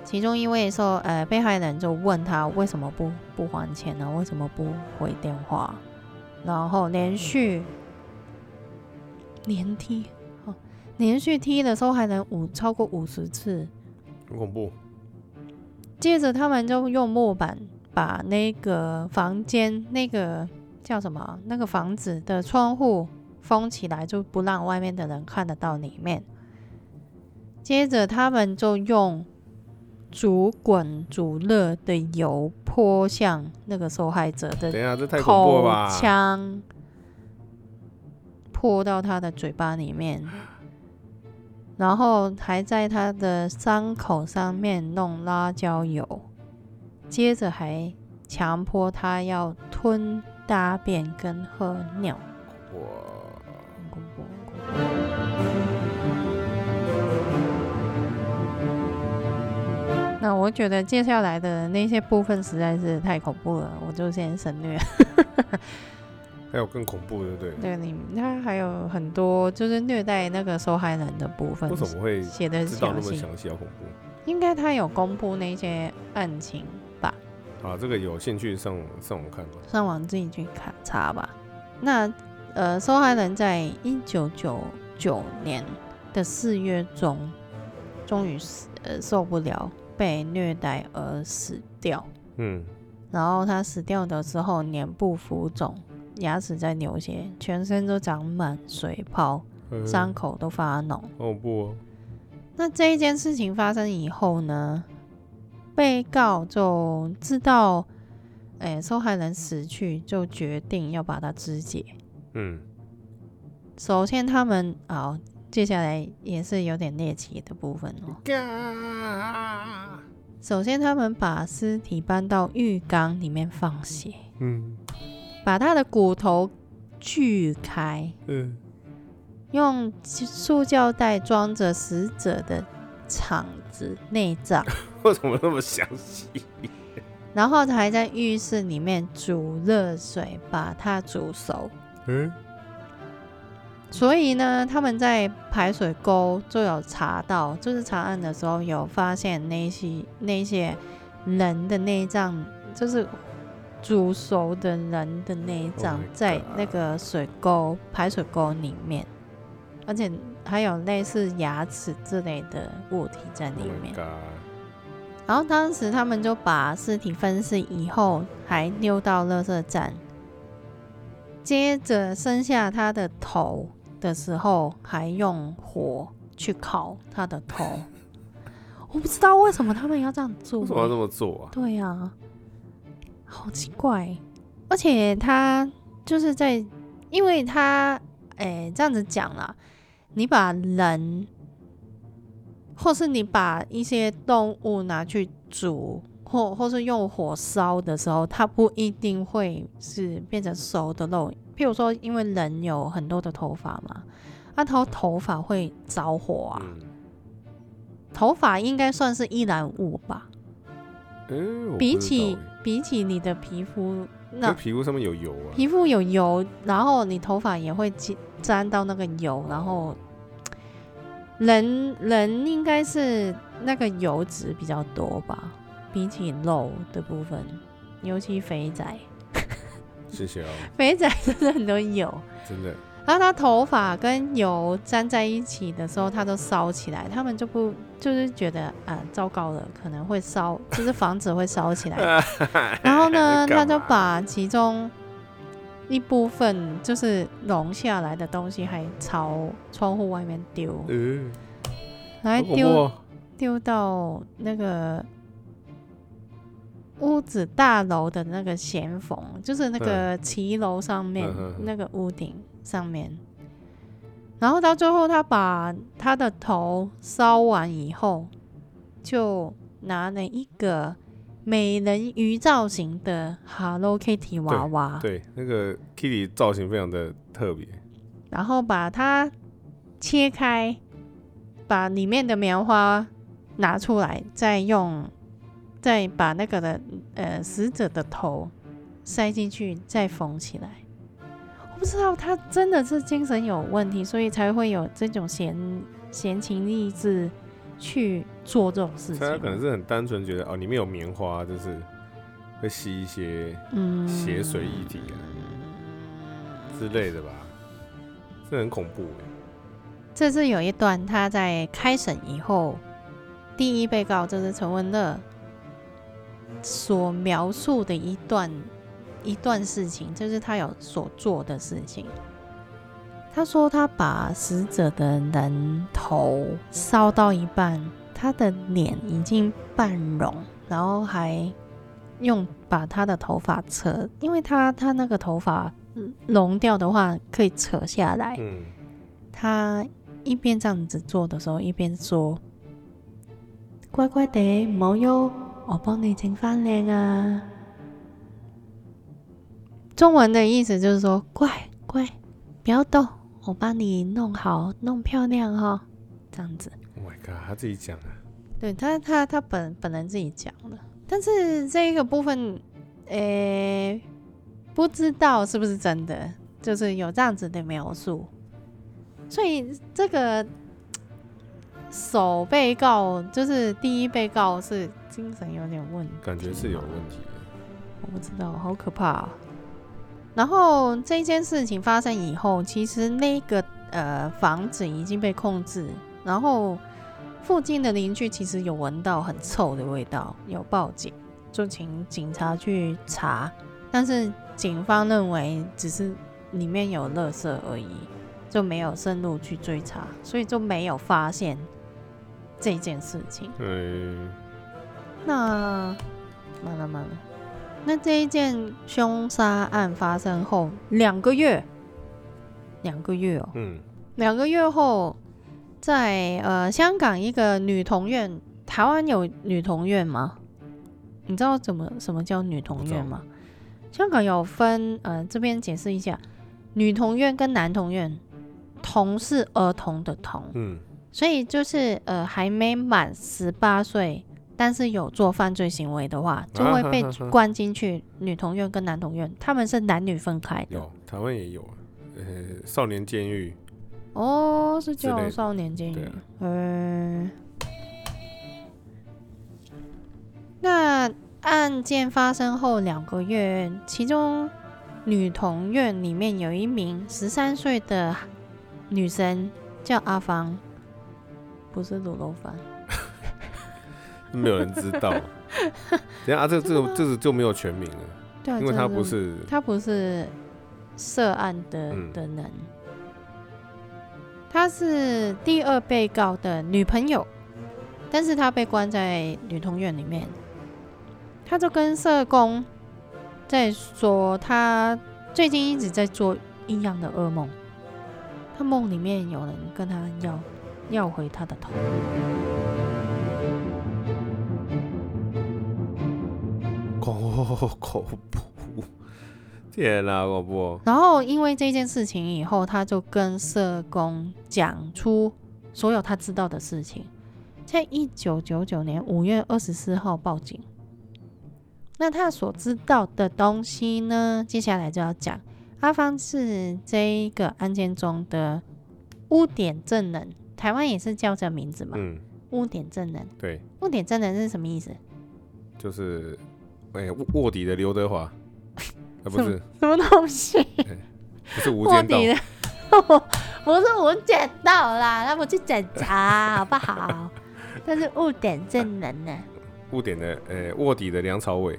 [SPEAKER 1] 其中一位受呃被害人就问他为什么不不还钱呢？为什么不回电话？然后连续连踢，哦，连续踢了受害人五超过五十次，
[SPEAKER 2] 很恐怖，
[SPEAKER 1] 接着他们就用木板把那个房间那个叫什么啊那个房子的窗户封起来，就不让外面的人看得到里面。接着他们就用煮滚煮热的油泼向那个受害者的
[SPEAKER 2] 等一下，这太恐怖了
[SPEAKER 1] 口
[SPEAKER 2] 吧？
[SPEAKER 1] 腔泼到他的嘴巴里面，然后还在他的伤口上面弄辣椒油，接着还强迫他要吞大便跟喝尿。
[SPEAKER 2] 哇，
[SPEAKER 1] 很恐怖很恐怖那我觉得接下来的那些部分实在是太恐怖了，我就先省略。
[SPEAKER 2] 还有更恐怖的，对不
[SPEAKER 1] 对
[SPEAKER 2] 对？
[SPEAKER 1] 你，他还有很多就是虐待那个受害人的部分，
[SPEAKER 2] 为什么会
[SPEAKER 1] 写的
[SPEAKER 2] 知道
[SPEAKER 1] 详
[SPEAKER 2] 那么
[SPEAKER 1] 细？
[SPEAKER 2] 详细要恐怖？
[SPEAKER 1] 应该他有公布那些案情吧？
[SPEAKER 2] 啊，这个有兴趣上网上网看吧。
[SPEAKER 1] 上网自己去看查吧。那呃，受害人在一九九九年的四月中，终于死呃受不了被虐待而死掉。
[SPEAKER 2] 嗯，
[SPEAKER 1] 然后他死掉的时候，脸部浮肿，牙齿在流血，全身都长满水泡，
[SPEAKER 2] 呃
[SPEAKER 1] 伤口都发脓。
[SPEAKER 2] 好恐怖哦，
[SPEAKER 1] 那这一件事情发生以后呢，被告就知道，哎、受害人死去，就决定要把他肢解。
[SPEAKER 2] 嗯，
[SPEAKER 1] 首先，他们好、接下来也是有点猎奇的部分哦。
[SPEAKER 2] 嘎，
[SPEAKER 1] 首先，他们把尸体搬到浴缸里面放血，
[SPEAKER 2] 嗯
[SPEAKER 1] 把他的骨头锯开，
[SPEAKER 2] 嗯，
[SPEAKER 1] 用塑胶袋装着死者的肠子、内脏。
[SPEAKER 2] 为什么那么详细？
[SPEAKER 1] 然后还在浴室里面煮热水把它煮熟。
[SPEAKER 2] 嗯，
[SPEAKER 1] 所以呢，他们在排水沟就有查到，就是查案的时候有发现那些那些人的内脏，就是煮熟的人的内脏
[SPEAKER 2] Oh my
[SPEAKER 1] 在
[SPEAKER 2] God
[SPEAKER 1] 那个水沟排水沟里面，而且还有类似牙齿之类的物体在
[SPEAKER 2] Oh
[SPEAKER 1] 里
[SPEAKER 2] my
[SPEAKER 1] 面。
[SPEAKER 2] god，
[SPEAKER 1] 然后当时他们就把尸体分尸以后，还丢到垃圾站。接着生下他的头的时候，还用火去烤他的头。我不知道为什么他们要这样做
[SPEAKER 2] 为什么要这么做啊？
[SPEAKER 1] 对啊，好奇怪。而且他就是在，因为他诶、这样子讲啦，你把人，或是你把一些动物拿去煮，或或是用火烧的时候，它不一定会是变成熟的肉。譬如说，因为人有很多的头发嘛，那、头头发会着火啊，
[SPEAKER 2] 嗯，
[SPEAKER 1] 头发应该算是易燃物吧。
[SPEAKER 2] 嗯，我
[SPEAKER 1] 比
[SPEAKER 2] 不知
[SPEAKER 1] 起
[SPEAKER 2] 道欸
[SPEAKER 1] 比起你的皮肤，
[SPEAKER 2] 这
[SPEAKER 1] 那
[SPEAKER 2] 皮肤上面有油啊，
[SPEAKER 1] 皮肤有油，然后你头发也会沾沾到那个油，然后人人应该是那个油脂比较多吧，比起肉的部分，尤其肥仔，
[SPEAKER 2] 谢谢哦，
[SPEAKER 1] 肥仔 真的很多油。
[SPEAKER 2] 真的，
[SPEAKER 1] 然后他头发跟油粘在一起的时候，他都烧起来，他们就不就是觉得啊，糟糕了，可能会烧，就是房子会烧起来， 然后呢，他
[SPEAKER 2] 干
[SPEAKER 1] 就
[SPEAKER 2] 嘛
[SPEAKER 1] 把其中一部分就是融下来的东西还朝窗户外面丢，
[SPEAKER 2] 嗯，
[SPEAKER 1] 然
[SPEAKER 2] 好
[SPEAKER 1] 后
[SPEAKER 2] 恐怖
[SPEAKER 1] 丢
[SPEAKER 2] 哦，
[SPEAKER 1] 丢到那个屋子大楼的那个闲缝，就是那个骑楼上面、
[SPEAKER 2] 嗯嗯嗯
[SPEAKER 1] 那个屋顶上面。然后到最后，他把他的头烧完以后，就拿了一个美人鱼造型的 Hello Kitty 娃娃，
[SPEAKER 2] 对，那个 Kitty 造型非常的特别，
[SPEAKER 1] 然后把它切开，把里面的棉花拿出来，再用，再把那个的呃死者的头塞进去，再缝起来。我不知道他真的是精神有问题，所以才会有这种闲闲情逸致去做这种事情。
[SPEAKER 2] 他可能是很单纯觉得哦，里面有棉花，就是会吸一些
[SPEAKER 1] 嗯
[SPEAKER 2] 血水液体啊之类的吧，这很恐怖欸
[SPEAKER 1] 这是有一段他在开审以后，第一被告就是陈文乐所描述的一段一段事情，就是他有所做的事情。他说他把死者的人头烧到一半，他的脸已经半融，然后还用把他的头发扯，因为他他那个头发嗯融掉的话可以扯下来，
[SPEAKER 2] 嗯，
[SPEAKER 1] 他一边这样子做的时候，一边说：“乖乖地，唔好喐，我帮你整翻靓啊。”中文的意思就是说：“乖乖，不要动，我帮你弄好、弄漂亮哈、哦。”这样子。
[SPEAKER 2] Oh my god，他自己讲啊，
[SPEAKER 1] 对他，他他本本人自己讲的，但是这一个部分，诶、不知道是不是真的，就是有这样子的描述，所以这个嘖首被告就是第一被告是精神有点问题，
[SPEAKER 2] 感觉是有问题的。
[SPEAKER 1] 我不知道，好可怕啊、然后这件事情发生以后，其实那个呃房子已经被控制，然后附近的邻居其实有闻到很臭的味道，有报警，就请警察去查，但是警方认为只是里面有垃圾而已，就没有深入去追查，所以就没有发现这件事情。
[SPEAKER 2] 嗯，
[SPEAKER 1] 那完了完了，那这一件凶杀案发生后两个月，两个月哦，
[SPEAKER 2] 嗯，
[SPEAKER 1] 两个月后，在呃香港一个女童院，台湾有女童院吗？你知道怎么什么叫女童院吗？香港有分，呃，这边解释一下，女童院跟男童院，童是儿童的童，
[SPEAKER 2] 嗯，
[SPEAKER 1] 所以就是呃，还没满十八岁，但是有做犯罪行为的话，就会被
[SPEAKER 2] 啊哈哈哈
[SPEAKER 1] 关进去女童院跟男童院，他们是男女分开的。
[SPEAKER 2] 有台湾也有啊，呃，少年监狱，
[SPEAKER 1] 哦，是
[SPEAKER 2] 之类
[SPEAKER 1] 叫
[SPEAKER 2] 的
[SPEAKER 1] 少年监
[SPEAKER 2] 对
[SPEAKER 1] 狱
[SPEAKER 2] 啊。
[SPEAKER 1] 嗯、那案件发生后两个月，其中女童院里面有一名十三岁的女生叫阿芳，不是卤肉饭。
[SPEAKER 2] 没有人知道。 等一下啊，这这个这个就没有全名了，
[SPEAKER 1] 对啊，
[SPEAKER 2] 因为
[SPEAKER 1] 这
[SPEAKER 2] 他
[SPEAKER 1] 是
[SPEAKER 2] 不是
[SPEAKER 1] 他不是涉案的
[SPEAKER 2] 嗯
[SPEAKER 1] 的人，他是第二被告的女朋友，但是他被关在女童院里面，他就跟社工在说，他最近一直在做一样的噩梦，他梦里面有人跟他要要回他的头。
[SPEAKER 2] 恐 恐怖， 天哪、恐怖！
[SPEAKER 1] 然后因为这件事情以后，他就跟社工讲出所有他知道的事情，在一九九九年五月二十四号报警。那他所知道的东西呢？接下来就要讲阿芳是这一个案件中的污点证人，台湾也是叫这名字嘛？
[SPEAKER 2] 嗯，
[SPEAKER 1] 污点证人，
[SPEAKER 2] 对，
[SPEAKER 1] 污点证人是什么意思？
[SPEAKER 2] 就是哎、卧卧底的刘 德华，啊不是
[SPEAKER 1] 什么东西？
[SPEAKER 2] 不是无
[SPEAKER 1] 卧
[SPEAKER 2] 间道
[SPEAKER 1] 底，的， 不是我捡到啦，那我去检查好不好？但是误点啊证人呢、
[SPEAKER 2] 误点的呃、卧底的梁朝伟，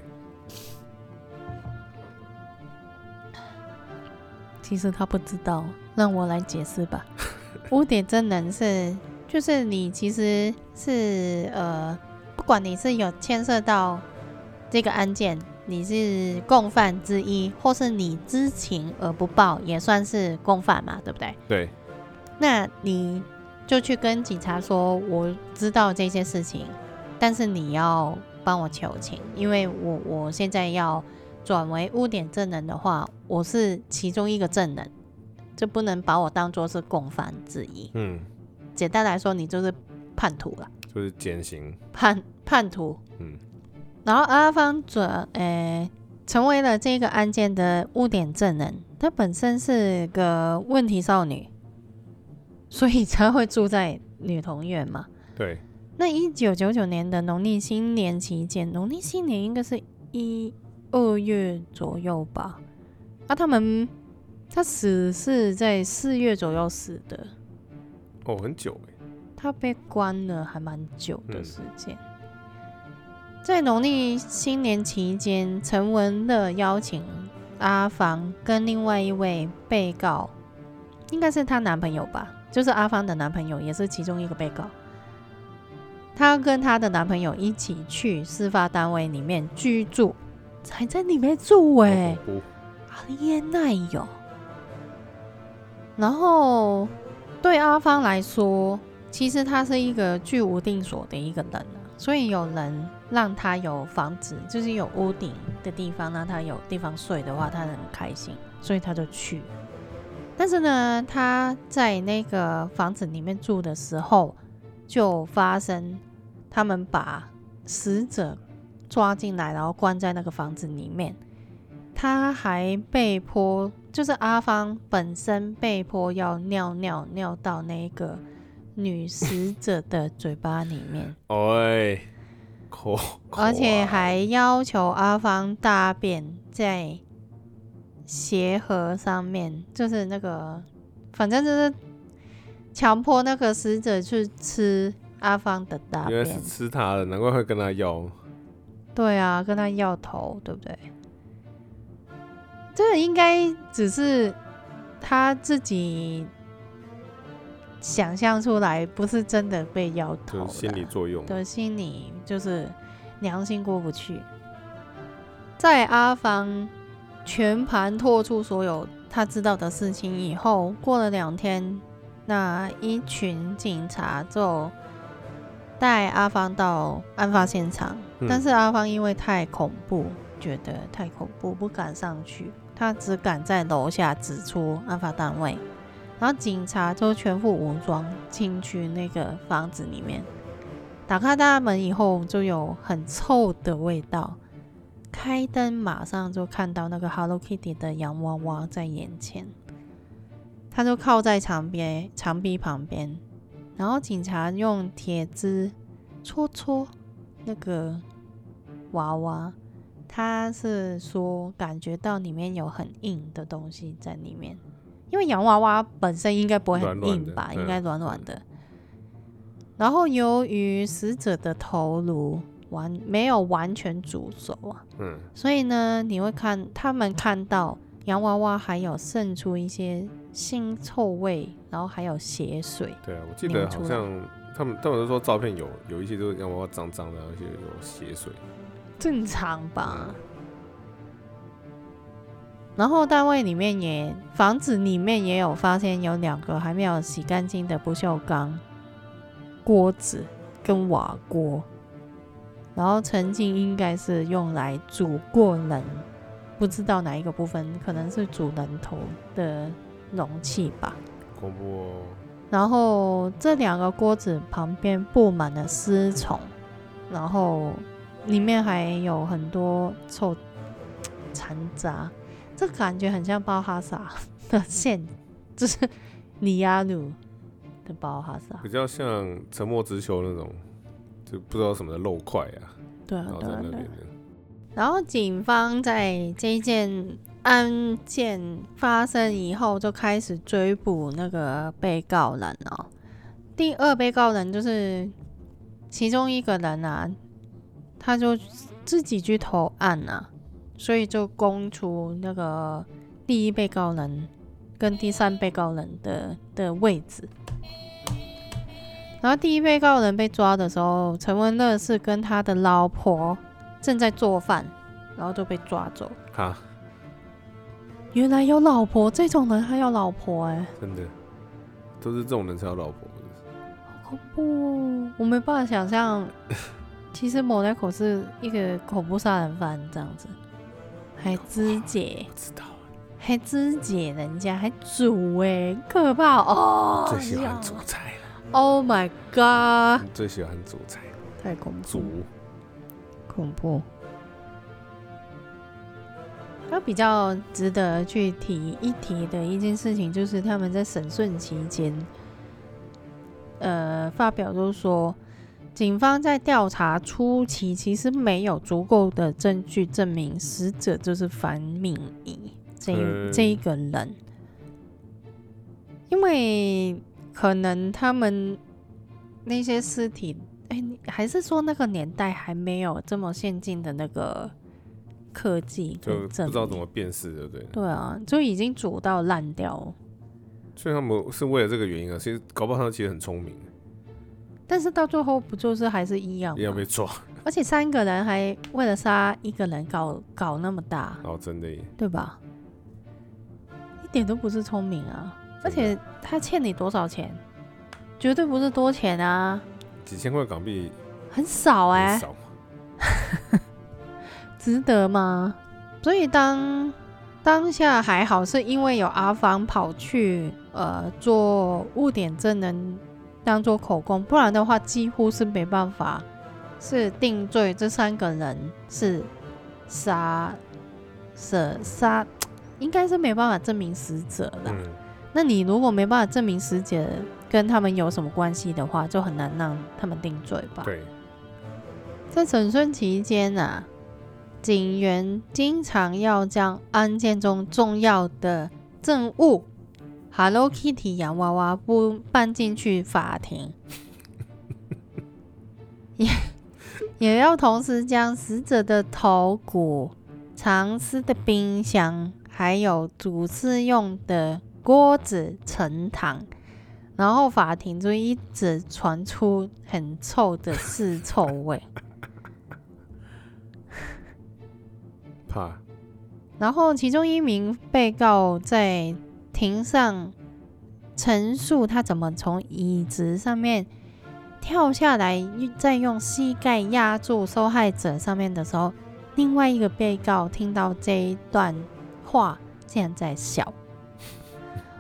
[SPEAKER 1] 其实他不知道，让我来解释 吧。污点证人是，就是你其实是呃，不管你是有牵涉到这个案件你是共犯之一，或是你知情而不报，也算是共犯嘛，对不对？
[SPEAKER 2] 对，
[SPEAKER 1] 那你就去跟警察说，我知道这些事情，但是你要帮我求情，因为我我现在要转为污点证人的话，我是其中一个证人，就不能把我当做是共犯之一。
[SPEAKER 2] 嗯，
[SPEAKER 1] 简单来说，你就是叛徒了，
[SPEAKER 2] 就是减刑，
[SPEAKER 1] 叛叛徒。
[SPEAKER 2] 嗯，
[SPEAKER 1] 然后阿方者，诶、成为了这个案件的污点证人。她本身是个问题少女，所以才会住在女童院嘛。
[SPEAKER 2] 对，
[SPEAKER 1] 那一九九九年的农历新年期间，农历新年应该是一二月左右吧。啊，他们他死是在四月左右死的，
[SPEAKER 2] 哦，很久哎，
[SPEAKER 1] 他被关了还蛮久的
[SPEAKER 2] 嗯
[SPEAKER 1] 时间。在农历新年期间，陈文乐邀请阿芳跟另外一位被告，应该是她男朋友吧，就是阿芳的男朋友，也是其中一个被告。她跟她的男朋友一起去事发单位里面居住，还在里面住哎、
[SPEAKER 2] 好恐怖
[SPEAKER 1] 阿耶奈有。然后对阿芳来说，其实他是一个居无定所的一个人啊，所以有人让他有房子，就是有屋顶的地方，让他有地方睡的话，他很开心，所以他就去。但是呢，他在那个房子里面住的时候，就发生他们把死者抓进来，然后关在那个房子里面。他还被迫，就是阿芳本身被迫要尿尿尿到那个女死者的嘴巴里面，
[SPEAKER 2] 哎，口，口
[SPEAKER 1] 而且
[SPEAKER 2] 啊
[SPEAKER 1] 还要求阿芳大便在鞋盒上面，就是那个，反正就是强迫那个死者去吃阿芳的大
[SPEAKER 2] 原来
[SPEAKER 1] 便。
[SPEAKER 2] 是吃它的，难怪会跟他要，
[SPEAKER 1] 对啊，跟他要头，对不对？这应该只是他自己想象出来，不是真的被要头的。
[SPEAKER 2] 就是心理作用，
[SPEAKER 1] 的心里就是良心过不去。在阿芳全盘托出所有他知道的事情以后，过了两天，那一群警察就带阿芳到案发现场，
[SPEAKER 2] 嗯
[SPEAKER 1] 但是阿芳因为太恐怖，觉得太恐怖，不敢上去，他只敢在楼下指出案发单位。然后警察就全副武装进去那个房子里面，打开大门以后，就有很臭的味道。开灯，马上就看到那个 Hello Kitty 的洋娃娃在眼前，他就靠在墙边，墙壁旁边，然后警察用铁枝戳戳那个娃娃，他是说感觉到里面有很硬的东西在里面，因为洋娃娃本身应该不会很
[SPEAKER 2] 软软
[SPEAKER 1] 硬
[SPEAKER 2] 的
[SPEAKER 1] 吧，
[SPEAKER 2] 嗯
[SPEAKER 1] 应该软软的。然后由于死者的头颅完没有完全煮熟啊，
[SPEAKER 2] 嗯，
[SPEAKER 1] 所以呢，你会看他们看到洋娃娃还有渗出一些腥臭味，然后还有血水。
[SPEAKER 2] 对啊，我记
[SPEAKER 1] 拧
[SPEAKER 2] 得好
[SPEAKER 1] 出来
[SPEAKER 2] 像他们他们都说照片有有一些都是洋娃娃脏脏的，而且有血水，嗯
[SPEAKER 1] 正常吧。然后单位里面也，房子里面也有发现有两个还没有洗干净的不锈钢锅子跟瓦锅，然后曾经应该是用来煮过人，不知道哪一个部分，可能是煮人头的容器吧。
[SPEAKER 2] 恐怖哦，
[SPEAKER 1] 然后这两个锅子旁边布满了尸虫，然后里面还有很多臭残渣，这感觉很像包哈萨 的现，就是里亚鲁的包哈萨。
[SPEAKER 2] 比较像沉默之丘那种，就不知道什么的肉块啊，
[SPEAKER 1] 对啊
[SPEAKER 2] 然后
[SPEAKER 1] 对
[SPEAKER 2] 在
[SPEAKER 1] 啊
[SPEAKER 2] 那
[SPEAKER 1] 对啊
[SPEAKER 2] 边的，
[SPEAKER 1] 然后警方在这一件案件发生以后，就开始追捕那个被告人哦。第二被告人就是其中一个人啊，他就自己去投案啊，所以就供出那个第一被告人跟第三被告人的的位置。然后第一被告人被抓的时候，陈文乐是跟他的老婆正在做饭，然后就被抓走。
[SPEAKER 2] 哈，
[SPEAKER 1] 原来有老婆这种人还有老婆哎、
[SPEAKER 2] 真的都是这种人才有老婆。
[SPEAKER 1] 好恐怖哦！我没办法想 象，其实某奈口是一个恐怖杀人犯这样子，还肢解，
[SPEAKER 2] 知道，
[SPEAKER 1] 还肢解人家，还煮哎、很可怕哦！
[SPEAKER 2] 最喜
[SPEAKER 1] 哎呀
[SPEAKER 2] 欢煮菜了，
[SPEAKER 1] Oh my god！
[SPEAKER 2] 你 最喜欢煮菜，
[SPEAKER 1] 太恐怖
[SPEAKER 2] 煮
[SPEAKER 1] 了，恐怖。那比较值得去提一提的一件事情，就是他们在审讯期间，呃，发表就是说，警方在调查初期其实没有足够的证据证明死者就是樊敏仪这一、
[SPEAKER 2] 嗯
[SPEAKER 1] 这一个人，因为可能他们那些尸体，哎、你还是说那个年代还没有这么先进的那个科技
[SPEAKER 2] 就
[SPEAKER 1] 跟
[SPEAKER 2] 不
[SPEAKER 1] 证
[SPEAKER 2] 知道怎
[SPEAKER 1] 明
[SPEAKER 2] 么辨识，对不对？
[SPEAKER 1] 对啊，就已经煮到烂掉了。
[SPEAKER 2] 所以他们是为了这个原因啊，其实搞不好他其实很聪明，
[SPEAKER 1] 但是到最后不就是还是一样
[SPEAKER 2] 一样
[SPEAKER 1] 吗
[SPEAKER 2] 被？抓。
[SPEAKER 1] 而且三个人还为了杀一个人搞搞那么大，
[SPEAKER 2] 哦，真的耶，
[SPEAKER 1] 对吧？一点都不是聪明啊！而且他欠你多少钱？绝对不是多钱啊，
[SPEAKER 2] 几千块港币
[SPEAKER 1] 很少哎、
[SPEAKER 2] 很少嘛，
[SPEAKER 1] 值得吗？所以当当下还好，是因为有阿芳跑去呃做误点证人当做口供，不然的话几乎是没办法是定罪这三个人是杀舍杀，应该是没办法证明死者啦。
[SPEAKER 2] 嗯，
[SPEAKER 1] 那你如果没办法证明死者跟他们有什么关系的话，就很难让他们定罪吧？
[SPEAKER 2] 对，
[SPEAKER 1] 在审讯期间啊，警员经常要将案件中重要的证物 Hello Kitty 洋娃娃不搬进去法庭，也也要同时将死者的头骨、藏尸的冰箱，还有煮次用的锅子盛糖。然后法庭就一直传出很臭的尸臭味，
[SPEAKER 2] 怕
[SPEAKER 1] 然后其中一名被告在庭上陈述他怎么从椅子上面跳下来，再用膝盖压住受害者上面的时候，另外一个被告听到这一段话，竟然在笑。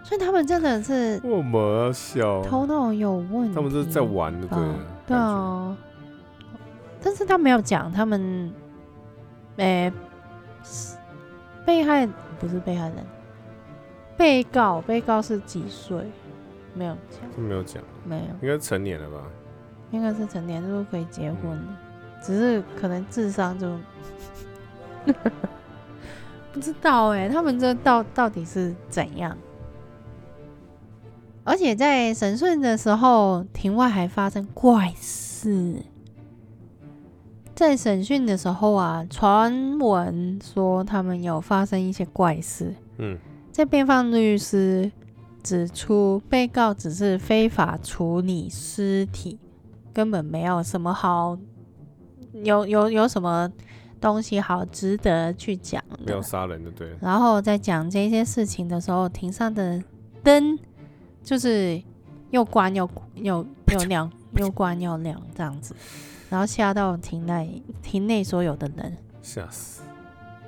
[SPEAKER 1] 所以他们真的是
[SPEAKER 2] 我们小，
[SPEAKER 1] 头脑有问题，
[SPEAKER 2] 他们这是在玩的，对
[SPEAKER 1] 吧
[SPEAKER 2] 了，
[SPEAKER 1] 对啊，但是他没有讲他们，诶、是被害不是被害人，被告被告是几岁？没有讲，
[SPEAKER 2] 感觉，就没有讲，
[SPEAKER 1] 没有，
[SPEAKER 2] 应该成年了吧？
[SPEAKER 1] 应该是成年就可以结婚了，只是可能智商就 不知道哎、他们这到到底是怎样？而且在审讯的时候，庭外还发生怪事。在审讯的时候啊，传闻说他们有发生一些怪事。
[SPEAKER 2] 嗯，
[SPEAKER 1] 在辩方律师指出，被告只是非法处理尸体，根本没有什么好有有有什么东西好值得去讲
[SPEAKER 2] 没
[SPEAKER 1] 的
[SPEAKER 2] 有。杀人的，对了，
[SPEAKER 1] 然后在讲这些事情的时候，庭上的灯就是又关又又又亮，又关又亮这样子，然后吓到庭内庭内所有的人。
[SPEAKER 2] 吓死，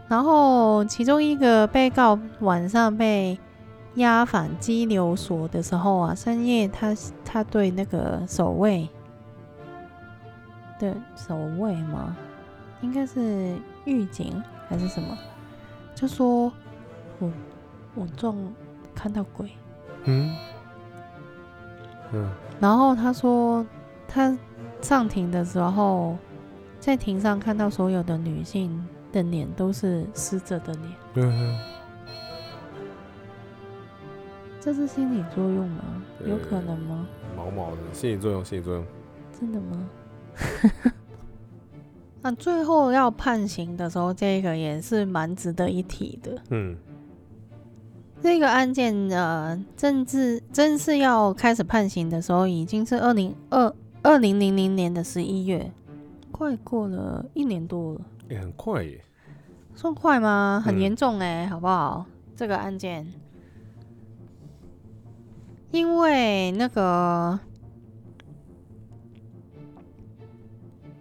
[SPEAKER 1] 然后其中一个被告晚上被押返拘留所的时候啊，深夜他他对那个守卫对守卫吗？应该是狱警还是什么？就说我我撞看到鬼，
[SPEAKER 2] 嗯，嗯，
[SPEAKER 1] 然后他说，他上庭的时候，在庭上看到所有的女性的脸都是死者的脸，
[SPEAKER 2] 嗯
[SPEAKER 1] 这是心理作用吗？有可能吗？
[SPEAKER 2] 毛毛的，心理作用，心理作用，
[SPEAKER 1] 真的吗？ 那最后要判刑的时候，这个也是蛮值得一提的。
[SPEAKER 2] 嗯，
[SPEAKER 1] 这个案件呃，正治正式要开始判刑的时候，已经是二零二二零零零年的十一月，快过了一年多了。
[SPEAKER 2] 也、哎很快耶，
[SPEAKER 1] 算快吗？很
[SPEAKER 2] 嗯
[SPEAKER 1] 严重哎、好不好？这个案件，因为那个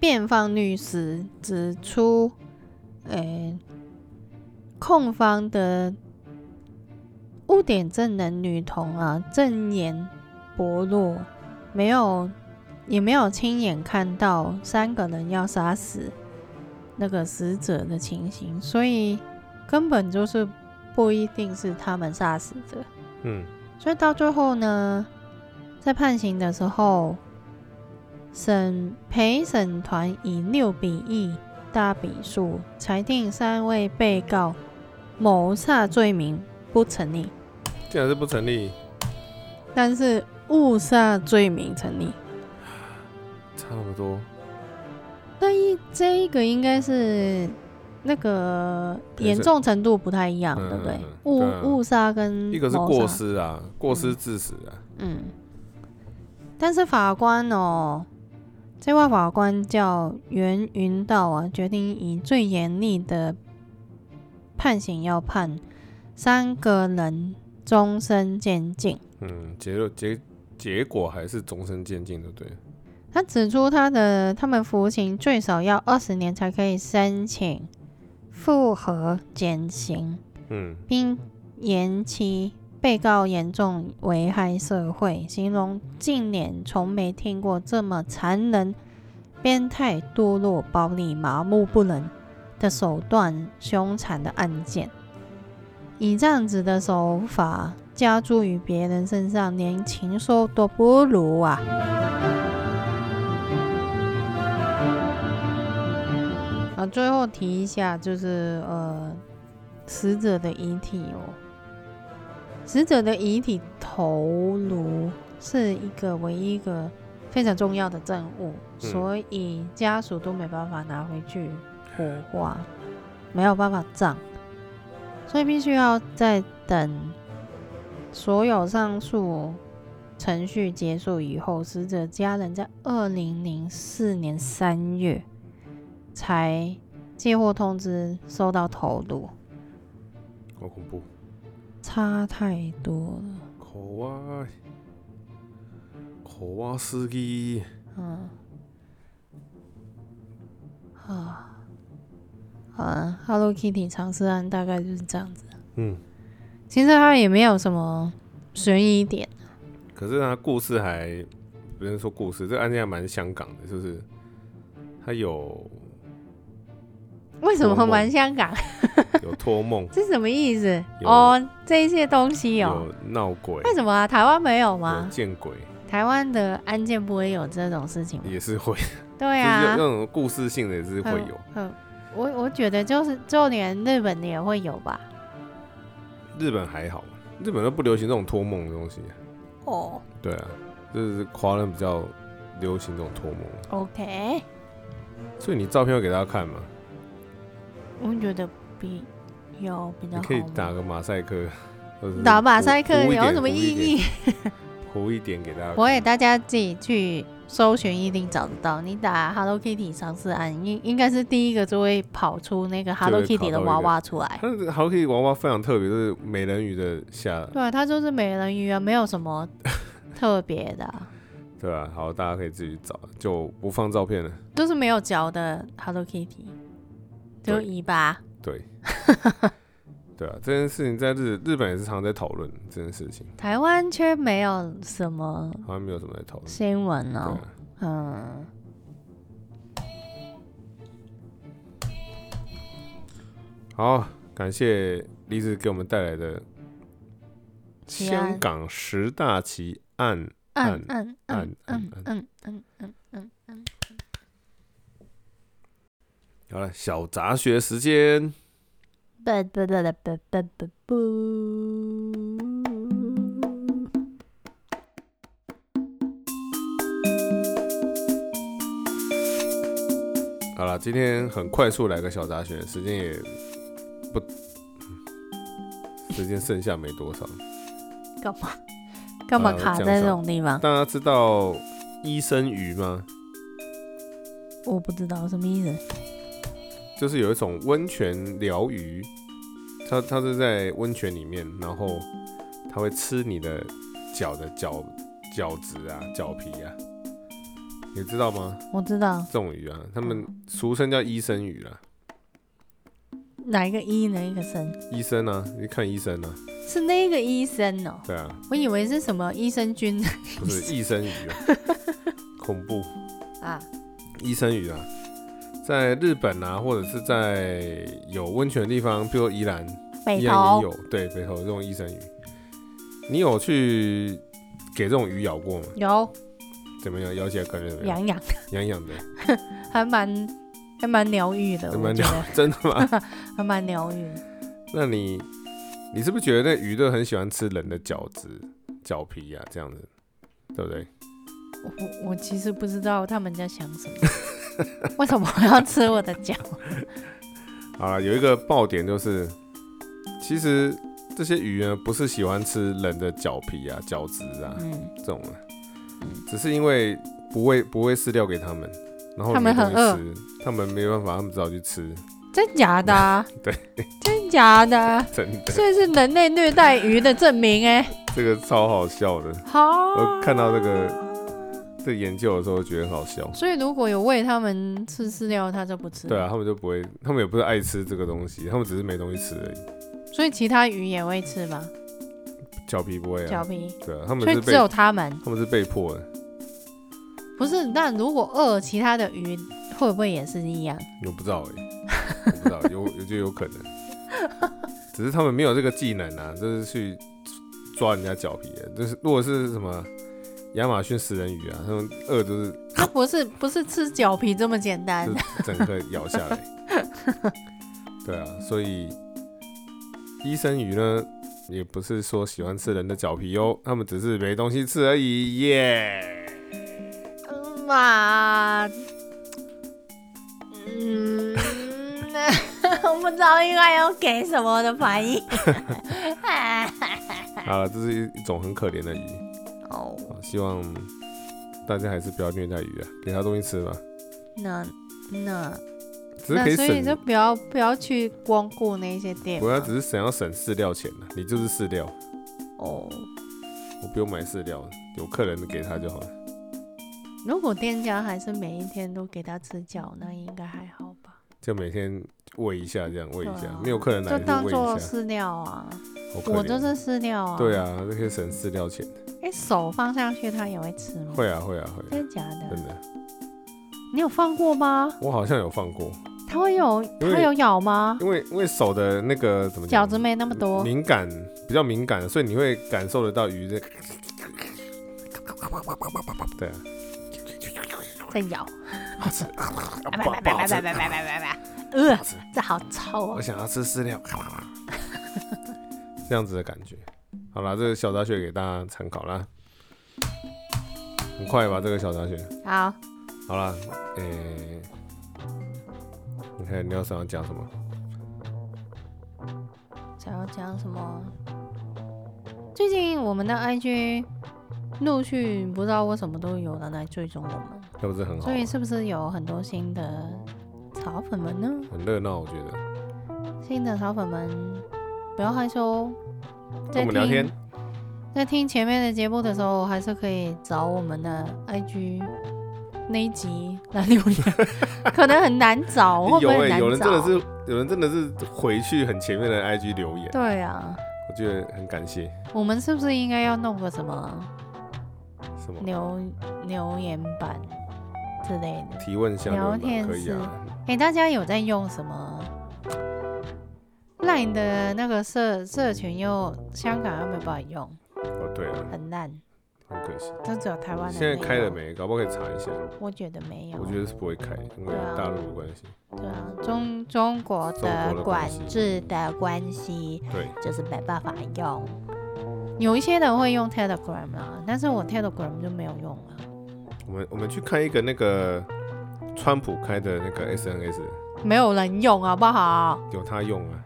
[SPEAKER 1] 辩方律师指出，呃、控方的污点证人女童啊，证言薄弱，没有也没有亲眼看到三个人要杀死那个死者的情形，所以根本就是不一定是他们杀死的。
[SPEAKER 2] 嗯，
[SPEAKER 1] 所以到最后呢，在判刑的时候，审陪审团以六比一大比数裁定三位被告谋杀罪名不成立，
[SPEAKER 2] 竟然是不成立，
[SPEAKER 1] 但是误杀罪名成立。
[SPEAKER 2] 差不多，
[SPEAKER 1] 那一这一个应该是那个
[SPEAKER 2] 陪审
[SPEAKER 1] 严重程度不太一样，
[SPEAKER 2] 嗯
[SPEAKER 1] 对不对
[SPEAKER 2] 嗯嗯？
[SPEAKER 1] 误
[SPEAKER 2] 对啊
[SPEAKER 1] 误杀跟
[SPEAKER 2] 一个是
[SPEAKER 1] 谋嗯
[SPEAKER 2] 过
[SPEAKER 1] 杀
[SPEAKER 2] 失啊，过失致死啊，
[SPEAKER 1] 嗯，但是法官哦，这位法官叫袁云道啊，决定以最严厉的判刑，要判三个人终身监禁。
[SPEAKER 2] 嗯，结论结结果还是终身监禁，对不对？
[SPEAKER 1] 他指出，他的他们服刑最少要二十年才可以申请复核减刑。
[SPEAKER 2] 嗯，
[SPEAKER 1] 并延期被告严重危害社会，形容近年从没听过这么残忍、变态、堕落、暴力、麻木不仁的手段凶残的案件。以这样子的手法加诸于别人身上，连禽兽都不如啊！啊，最后提一下，就是呃，死者的遗体哦，死者的遗体头颅是一个唯一一个非常重要的证物，
[SPEAKER 2] 嗯
[SPEAKER 1] 所以家属都没办法拿回去火化，没有办法葬，所以必须要再等所有上诉程序结束以后，死者家人在二零零四年三月才接获通知，收到头颅。
[SPEAKER 2] 好恐怖，
[SPEAKER 1] 差太多了。
[SPEAKER 2] 口啊，口啊，司机，
[SPEAKER 1] 嗯，啊，好啊，Hello Kitty 尝试案大概就是这样子。
[SPEAKER 2] 嗯，
[SPEAKER 1] 其实它也没有什么悬疑点，
[SPEAKER 2] 可是他故事还不是说故事，这个案件还蛮香港的，就是他有
[SPEAKER 1] 为什么
[SPEAKER 2] 我
[SPEAKER 1] 蛮香港？，
[SPEAKER 2] 有托梦
[SPEAKER 1] 这什么意思？
[SPEAKER 2] 有
[SPEAKER 1] 哦，这一些东西哦，
[SPEAKER 2] 有闹鬼，
[SPEAKER 1] 为什么啊？台湾没有
[SPEAKER 2] 有
[SPEAKER 1] 吗？
[SPEAKER 2] 见鬼，
[SPEAKER 1] 台湾的案件不会有这种事情吗？
[SPEAKER 2] 也是会，
[SPEAKER 1] 对
[SPEAKER 2] 就是有
[SPEAKER 1] 啊
[SPEAKER 2] 那，种故事性的也是会
[SPEAKER 1] 嗯
[SPEAKER 2] 有。
[SPEAKER 1] 嗯，我我觉得就是就连日本的也会有吧。
[SPEAKER 2] 日本还好，日本都不流行这种托梦的东西。啊
[SPEAKER 1] 哦
[SPEAKER 2] 对啊，就是华人比较流行这种托梦，
[SPEAKER 1] ，OK，
[SPEAKER 2] 所以你照片要给大家看嘛，
[SPEAKER 1] 我觉得比有比较
[SPEAKER 2] 你
[SPEAKER 1] 好
[SPEAKER 2] 可以
[SPEAKER 1] 吗
[SPEAKER 2] 打个马赛克，或者是
[SPEAKER 1] 打马赛
[SPEAKER 2] 糊
[SPEAKER 1] 克有什么意？义？
[SPEAKER 2] 糊一点糊一点糊一点给大家看。
[SPEAKER 1] 我也大家自己去搜寻，一定找得到。你打 Hello Kitty 尝试案，应应该是第一个就会跑出那个 Hello
[SPEAKER 2] 就会
[SPEAKER 1] Kitty 的
[SPEAKER 2] 跑到一个
[SPEAKER 1] 娃娃出来。
[SPEAKER 2] 它的 Hello Kitty 娃娃非常特别，就是美人鱼的下，
[SPEAKER 1] 对，啊它就是美人鱼啊，没有什 么特别的啊，
[SPEAKER 2] 对吧、好，大家可以自己找，就不放照片了。
[SPEAKER 1] 就是没有脚的 Hello Kitty，只有
[SPEAKER 2] 对
[SPEAKER 1] 尾巴。
[SPEAKER 2] 对，对啊，这件事情在日日本也是常在讨论这件事情，
[SPEAKER 1] 台湾却没有什么
[SPEAKER 2] 好像没有什么在讨论。
[SPEAKER 1] 新闻
[SPEAKER 2] 对、
[SPEAKER 1] 哦
[SPEAKER 2] 啊，。
[SPEAKER 1] 嗯。
[SPEAKER 2] 好，感谢栗子给我们带来的
[SPEAKER 1] 奇案
[SPEAKER 2] 香港十大奇案。
[SPEAKER 1] 嗯
[SPEAKER 2] 按
[SPEAKER 1] 嗯嗯嗯嗯嗯嗯嗯嗯，
[SPEAKER 2] 好了，小杂学时间，
[SPEAKER 1] 不不不不不不不。
[SPEAKER 2] 好了，今天很快速来个小杂学，时间也不，时间剩下没多少。
[SPEAKER 1] 干嘛？干嘛
[SPEAKER 2] 呃
[SPEAKER 1] 卡
[SPEAKER 2] 这样
[SPEAKER 1] 在这
[SPEAKER 2] 子啊
[SPEAKER 1] 种地方？
[SPEAKER 2] 大家知道医生鱼吗？啊
[SPEAKER 1] 我不知道什么意思。
[SPEAKER 2] 就是有一种温泉疗愈，它它是在温泉里面，然后它会吃你的脚的脚脚趾啊、脚皮啊，你知道吗？
[SPEAKER 1] 我知道
[SPEAKER 2] 这种鱼啊，他们俗称叫医生鱼啦，
[SPEAKER 1] 哪一个医哪一个生，
[SPEAKER 2] 医生啊，你看医生啊，
[SPEAKER 1] 是那个医生哦，
[SPEAKER 2] 对啊，
[SPEAKER 1] 我以为是什么益生菌
[SPEAKER 2] 不是益生鱼啊，恐怖。
[SPEAKER 1] 啊，
[SPEAKER 2] 益生鱼啊，在日本啊，或者是在有温泉的地方，比如宜兰，
[SPEAKER 1] 北
[SPEAKER 2] 宜兰也
[SPEAKER 1] 投
[SPEAKER 2] 有，对，北投这种益生鱼，你有去给这种鱼咬过吗？
[SPEAKER 1] 有
[SPEAKER 2] 怎么样？咬起来感觉怎么样？
[SPEAKER 1] 痒痒，
[SPEAKER 2] 痒痒的，
[SPEAKER 1] 还蛮还蛮疗愈的，
[SPEAKER 2] 怎么
[SPEAKER 1] 我觉
[SPEAKER 2] 样
[SPEAKER 1] 得？
[SPEAKER 2] 真的吗？
[SPEAKER 1] 还蛮疗愈。
[SPEAKER 2] 那你，你是不是觉得那鱼都很喜欢吃人的脚趾、脚皮啊，这样子，对不对？
[SPEAKER 1] 我我我其实不知道他们在想什么， 为什么我要吃我的脚？
[SPEAKER 2] 好了，有一个爆点就是，其实这些鱼呢，不是喜欢吃人的脚皮啊、脚趾啊，
[SPEAKER 1] 嗯，
[SPEAKER 2] 这种的，只是因为不喂不喂饲料给他们，然后
[SPEAKER 1] 他们
[SPEAKER 2] 没东西
[SPEAKER 1] 很饿
[SPEAKER 2] 吃，他们没办法，他们只好去吃，？
[SPEAKER 1] 真假的、啊
[SPEAKER 2] 对，
[SPEAKER 1] 真假的啊，
[SPEAKER 2] 真的，
[SPEAKER 1] 所以是人类虐待鱼的证明哎、
[SPEAKER 2] 这个超好笑的。
[SPEAKER 1] 好，
[SPEAKER 2] 我看到这个这研究的时候觉得很好笑，
[SPEAKER 1] 所以如果有喂他们吃饲料，它就不吃。
[SPEAKER 2] 对啊，他们就不会，他们也不是爱吃这个东西，他们只是没东西吃而已，
[SPEAKER 1] 所以其他鱼也会吃吗？
[SPEAKER 2] 脚皮不会
[SPEAKER 1] 脚
[SPEAKER 2] 啊，
[SPEAKER 1] 皮。
[SPEAKER 2] 对啊，他们
[SPEAKER 1] 所以
[SPEAKER 2] 是
[SPEAKER 1] 只
[SPEAKER 2] 被
[SPEAKER 1] 有他们
[SPEAKER 2] 他们是被迫的，
[SPEAKER 1] 不是？那如果饿，其他的鱼会不会也是一样？
[SPEAKER 2] 我不知道哎、我不知道，有有就有可 能，只是他们没有这个技能啊，就是去抓人家脚皮的，就是如果是什么亚马逊食人鱼啊，他们饿就是
[SPEAKER 1] 它不是不是吃脚皮这么简单
[SPEAKER 2] 就。 整个咬下来。对啊，所以医生鱼呢，也不是说喜欢吃人的脚皮哦，他们只是没东西吃而已耶。
[SPEAKER 1] 嗯嘛，嗯， 我不知道应该要给什么的反应。 哎
[SPEAKER 2] 好了，这是一一种很可怜的鱼
[SPEAKER 1] 哦，
[SPEAKER 2] 啊，希望大家还是不要虐待鱼啊，给它东西吃吧，
[SPEAKER 1] 那那
[SPEAKER 2] 只是可
[SPEAKER 1] 那，
[SPEAKER 2] 以
[SPEAKER 1] 所以就
[SPEAKER 2] 省，
[SPEAKER 1] 不要不要去光顾那些店嘛。
[SPEAKER 2] 我要只是省要省饲料钱啊了，你就是饲料，
[SPEAKER 1] 哦，
[SPEAKER 2] 我不用买饲料，有客人给他就好了。
[SPEAKER 1] 如果店家还是每一天都给他吃脚，那应该还好吧？
[SPEAKER 2] 就每天喂一下，这样喂一
[SPEAKER 1] 对
[SPEAKER 2] 下，
[SPEAKER 1] 啊
[SPEAKER 2] 没有客人
[SPEAKER 1] 就
[SPEAKER 2] 来
[SPEAKER 1] 当
[SPEAKER 2] 喂
[SPEAKER 1] 做
[SPEAKER 2] 一下，
[SPEAKER 1] 饲料啊，
[SPEAKER 2] 好可怜。
[SPEAKER 1] 我就是饲料啊。
[SPEAKER 2] 对，啊，这可以省饲料钱。
[SPEAKER 1] 哎，手放上去它也会吃吗？
[SPEAKER 2] 会啊，会啊，会啊，
[SPEAKER 1] 真的假的？
[SPEAKER 2] 真的。
[SPEAKER 1] 你有放过吗？
[SPEAKER 2] 我好像有放过，
[SPEAKER 1] 它会有
[SPEAKER 2] 因为
[SPEAKER 1] 它有咬吗？
[SPEAKER 2] 因为因为手的那个怎么
[SPEAKER 1] 饺
[SPEAKER 2] 讲，
[SPEAKER 1] 子没那么多，
[SPEAKER 2] 敏感比较敏感，所以你会感受得到鱼的。对啊，
[SPEAKER 1] 在 咬。
[SPEAKER 2] 好吃，啊
[SPEAKER 1] 拜
[SPEAKER 2] 不
[SPEAKER 1] 拜
[SPEAKER 2] 不好
[SPEAKER 1] 拜拜
[SPEAKER 2] 吃，
[SPEAKER 1] 拜拜拜拜拜拜。呃
[SPEAKER 2] 好，吃，
[SPEAKER 1] 这好臭
[SPEAKER 2] 我
[SPEAKER 1] 啊！
[SPEAKER 2] 想要吃饲料， 这样子的感觉。好啦，这个小杂学给大家参考啦，很快吧，这个小杂学。
[SPEAKER 1] 好，
[SPEAKER 2] 好啦，诶、你看你要想要讲什么？
[SPEAKER 1] 想要讲什么？最近我们的 IG 陆续不知道为什么都有人来追踪我们，
[SPEAKER 2] 那不是很好
[SPEAKER 1] 所
[SPEAKER 2] 吗，
[SPEAKER 1] 以是不是有很多新的草粉们呢？
[SPEAKER 2] 很热闹，我觉得。
[SPEAKER 1] 新的草粉们不要害羞哦，
[SPEAKER 2] 跟
[SPEAKER 1] 在
[SPEAKER 2] 我们聊
[SPEAKER 1] 听
[SPEAKER 2] 天，
[SPEAKER 1] 在听前面的节目的时候，还是可以找我们的 IG 那一集来留言，可能很难找，哦会不
[SPEAKER 2] 有
[SPEAKER 1] 会很
[SPEAKER 2] 欸
[SPEAKER 1] 难找？
[SPEAKER 2] 有人真的是，有人真的是回去很前面的 IG 留言，
[SPEAKER 1] 对啊，
[SPEAKER 2] 我觉得很感谢。
[SPEAKER 1] 我们是不是应该要弄个什么
[SPEAKER 2] 什么
[SPEAKER 1] 留留言板之类的？
[SPEAKER 2] 提问箱
[SPEAKER 1] 聊
[SPEAKER 2] 留言
[SPEAKER 1] 天
[SPEAKER 2] 板可以
[SPEAKER 1] 室
[SPEAKER 2] 啊，
[SPEAKER 1] 哎、大家有在用什么 Line 的那个社社群又香港又没办法用，
[SPEAKER 2] 哦对了，
[SPEAKER 1] 很烂，
[SPEAKER 2] 很可惜，
[SPEAKER 1] 都只有台湾人
[SPEAKER 2] 现在
[SPEAKER 1] 能
[SPEAKER 2] 开了
[SPEAKER 1] 用？
[SPEAKER 2] 没？搞不好可以查一下，
[SPEAKER 1] 我觉得没有。
[SPEAKER 2] 我觉得是不会开，因为
[SPEAKER 1] 对啊
[SPEAKER 2] 大陆的关系。
[SPEAKER 1] 对啊，中中国
[SPEAKER 2] 中国
[SPEAKER 1] 的
[SPEAKER 2] 的关
[SPEAKER 1] 管
[SPEAKER 2] 系
[SPEAKER 1] 制的关系
[SPEAKER 2] 对，
[SPEAKER 1] 就是没办法用。有一些人会用 Telegram 啊，但是我 Telegram 就没有用了。
[SPEAKER 2] 我们我们去看一个那个川普开的那个 SNS，
[SPEAKER 1] 没有人用啊好不好？
[SPEAKER 2] 有他用啊。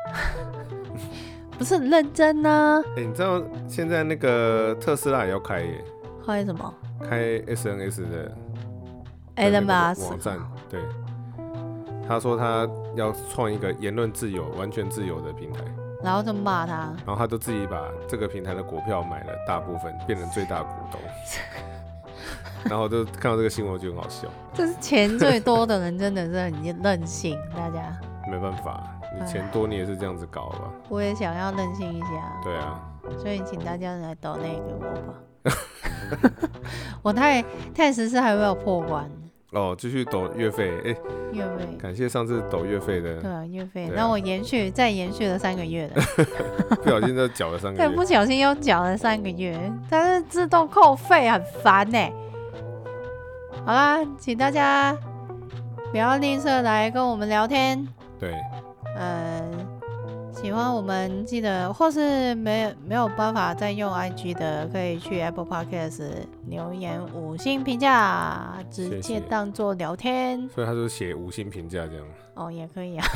[SPEAKER 1] 不是很认真啊呢、
[SPEAKER 2] 哎，你知道现在那个特斯拉也要开耶，
[SPEAKER 1] 还有什么
[SPEAKER 2] 开 SNS 的
[SPEAKER 1] Elon
[SPEAKER 2] 的那个网
[SPEAKER 1] Musk 啊
[SPEAKER 2] 站，对，他他说他要创一个言论自由、完全自由的平台，
[SPEAKER 1] 然后就骂 他，
[SPEAKER 2] 然后他就自己把这个平台的股票买了大部分，变成最大股 东。然后我就看到这个新闻，我就很好笑。
[SPEAKER 1] 这是钱最多的人，真的是很任性。大家，
[SPEAKER 2] 没办法，你钱多你也是这样子搞吧？
[SPEAKER 1] 我也想要任性一下，
[SPEAKER 2] 对啊，
[SPEAKER 1] 所以请大家来抖那给我吧。 我太太实是还没有破关，
[SPEAKER 2] 哦，继续抖月费，哎、
[SPEAKER 1] 月费
[SPEAKER 2] 感谢上次抖月费
[SPEAKER 1] 对
[SPEAKER 2] 的，
[SPEAKER 1] 啊，月费，
[SPEAKER 2] 对啊
[SPEAKER 1] 那我延续再延续了三个月 的，
[SPEAKER 2] 不小心就缴了三个
[SPEAKER 1] 对，
[SPEAKER 2] 月
[SPEAKER 1] 不。小心又缴了三个月，但是自动扣费很烦呢、好啦，请大家不要吝啬来跟我们聊天，
[SPEAKER 2] 对，
[SPEAKER 1] 呃，喜欢我们记得，或是没有没有办法再用 IG 的，可以去 Apple Podcast 留言五星评价，直
[SPEAKER 2] 谢
[SPEAKER 1] 接
[SPEAKER 2] 谢
[SPEAKER 1] 当做聊天
[SPEAKER 2] 所以他就写五星评价这样，
[SPEAKER 1] 哦，也可以啊，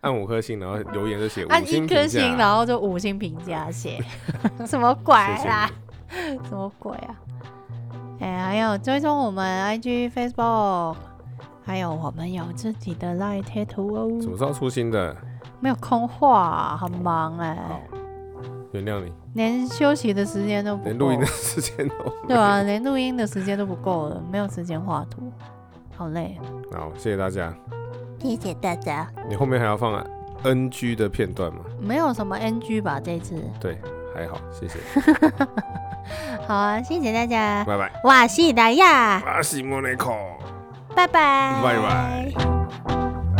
[SPEAKER 2] 按五颗星，然后留言就写
[SPEAKER 1] 按
[SPEAKER 2] 五
[SPEAKER 1] 一
[SPEAKER 2] 星
[SPEAKER 1] 颗
[SPEAKER 2] 评
[SPEAKER 1] 星，
[SPEAKER 2] 价，啊
[SPEAKER 1] 然后就五星评价写， 什么鬼
[SPEAKER 2] 谢谢
[SPEAKER 1] 啦？
[SPEAKER 2] 你。
[SPEAKER 1] 什么鬼啊？哎、还有追踪我们 IG、Facebook，还有我们有自己的 Line 贴图
[SPEAKER 2] 什
[SPEAKER 1] 哦，
[SPEAKER 2] 么时候出新的？
[SPEAKER 1] 没有空话、很忙哎、
[SPEAKER 2] 好，原谅你，
[SPEAKER 1] 连休息的时间都不
[SPEAKER 2] 连
[SPEAKER 1] 够
[SPEAKER 2] 录音的时间都
[SPEAKER 1] 对啊，连录音的时间都不够了，没有时间画图，好累。
[SPEAKER 2] 好，谢谢大家。
[SPEAKER 1] 谢谢大家。
[SPEAKER 2] 你后面还要放 NG 的片段吗？
[SPEAKER 1] 没有什么 NG 吧这次？
[SPEAKER 2] 对，还好，谢 谢，
[SPEAKER 1] 好啊，谢谢大家。
[SPEAKER 2] 拜拜。
[SPEAKER 1] 哇西达亚，
[SPEAKER 2] 阿西莫内克，
[SPEAKER 1] 拜拜。
[SPEAKER 2] 拜拜。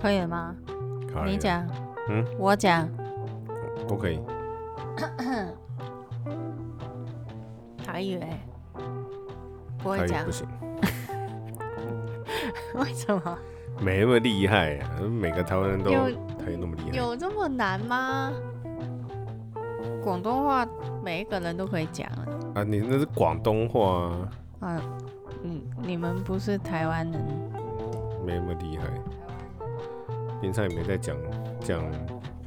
[SPEAKER 1] 可以了吗？
[SPEAKER 2] 好
[SPEAKER 1] 你，讲，
[SPEAKER 2] 嗯，
[SPEAKER 1] 我讲。
[SPEAKER 2] 都可以。
[SPEAKER 1] 台语哎，不
[SPEAKER 2] 台
[SPEAKER 1] 会
[SPEAKER 2] 语
[SPEAKER 1] 讲
[SPEAKER 2] 不，行，
[SPEAKER 1] 为什么？
[SPEAKER 2] 没那么厉害啊。每个台湾人都
[SPEAKER 1] 有
[SPEAKER 2] 台语那么厉害，
[SPEAKER 1] 有这么难吗？广东话每一个人都可以讲了。
[SPEAKER 2] 啊，你那是广东话、啊，
[SPEAKER 1] 嗯，你你们不是台湾人，
[SPEAKER 2] 没那么厉害。平常也没在讲讲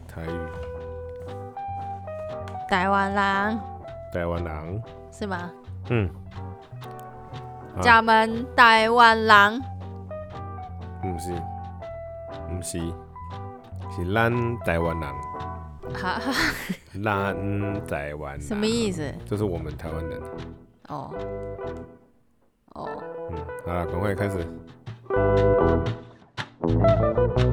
[SPEAKER 2] 台语，
[SPEAKER 1] 台湾人
[SPEAKER 2] 台湾人，
[SPEAKER 1] 是吗？
[SPEAKER 2] 嗯，啊
[SPEAKER 1] 咱们台湾 人，
[SPEAKER 2] 不是，不是，是咱台湾人，
[SPEAKER 1] 哈哈，
[SPEAKER 2] 咱台湾人，
[SPEAKER 1] 什么意思？
[SPEAKER 2] 就是我们台湾人。
[SPEAKER 1] 哦，哦。
[SPEAKER 2] 嗯，好了，赶快开始。
[SPEAKER 1] Hãy subscribe cho kênh Ghiền Mì Gõ Để không bỏ lỡ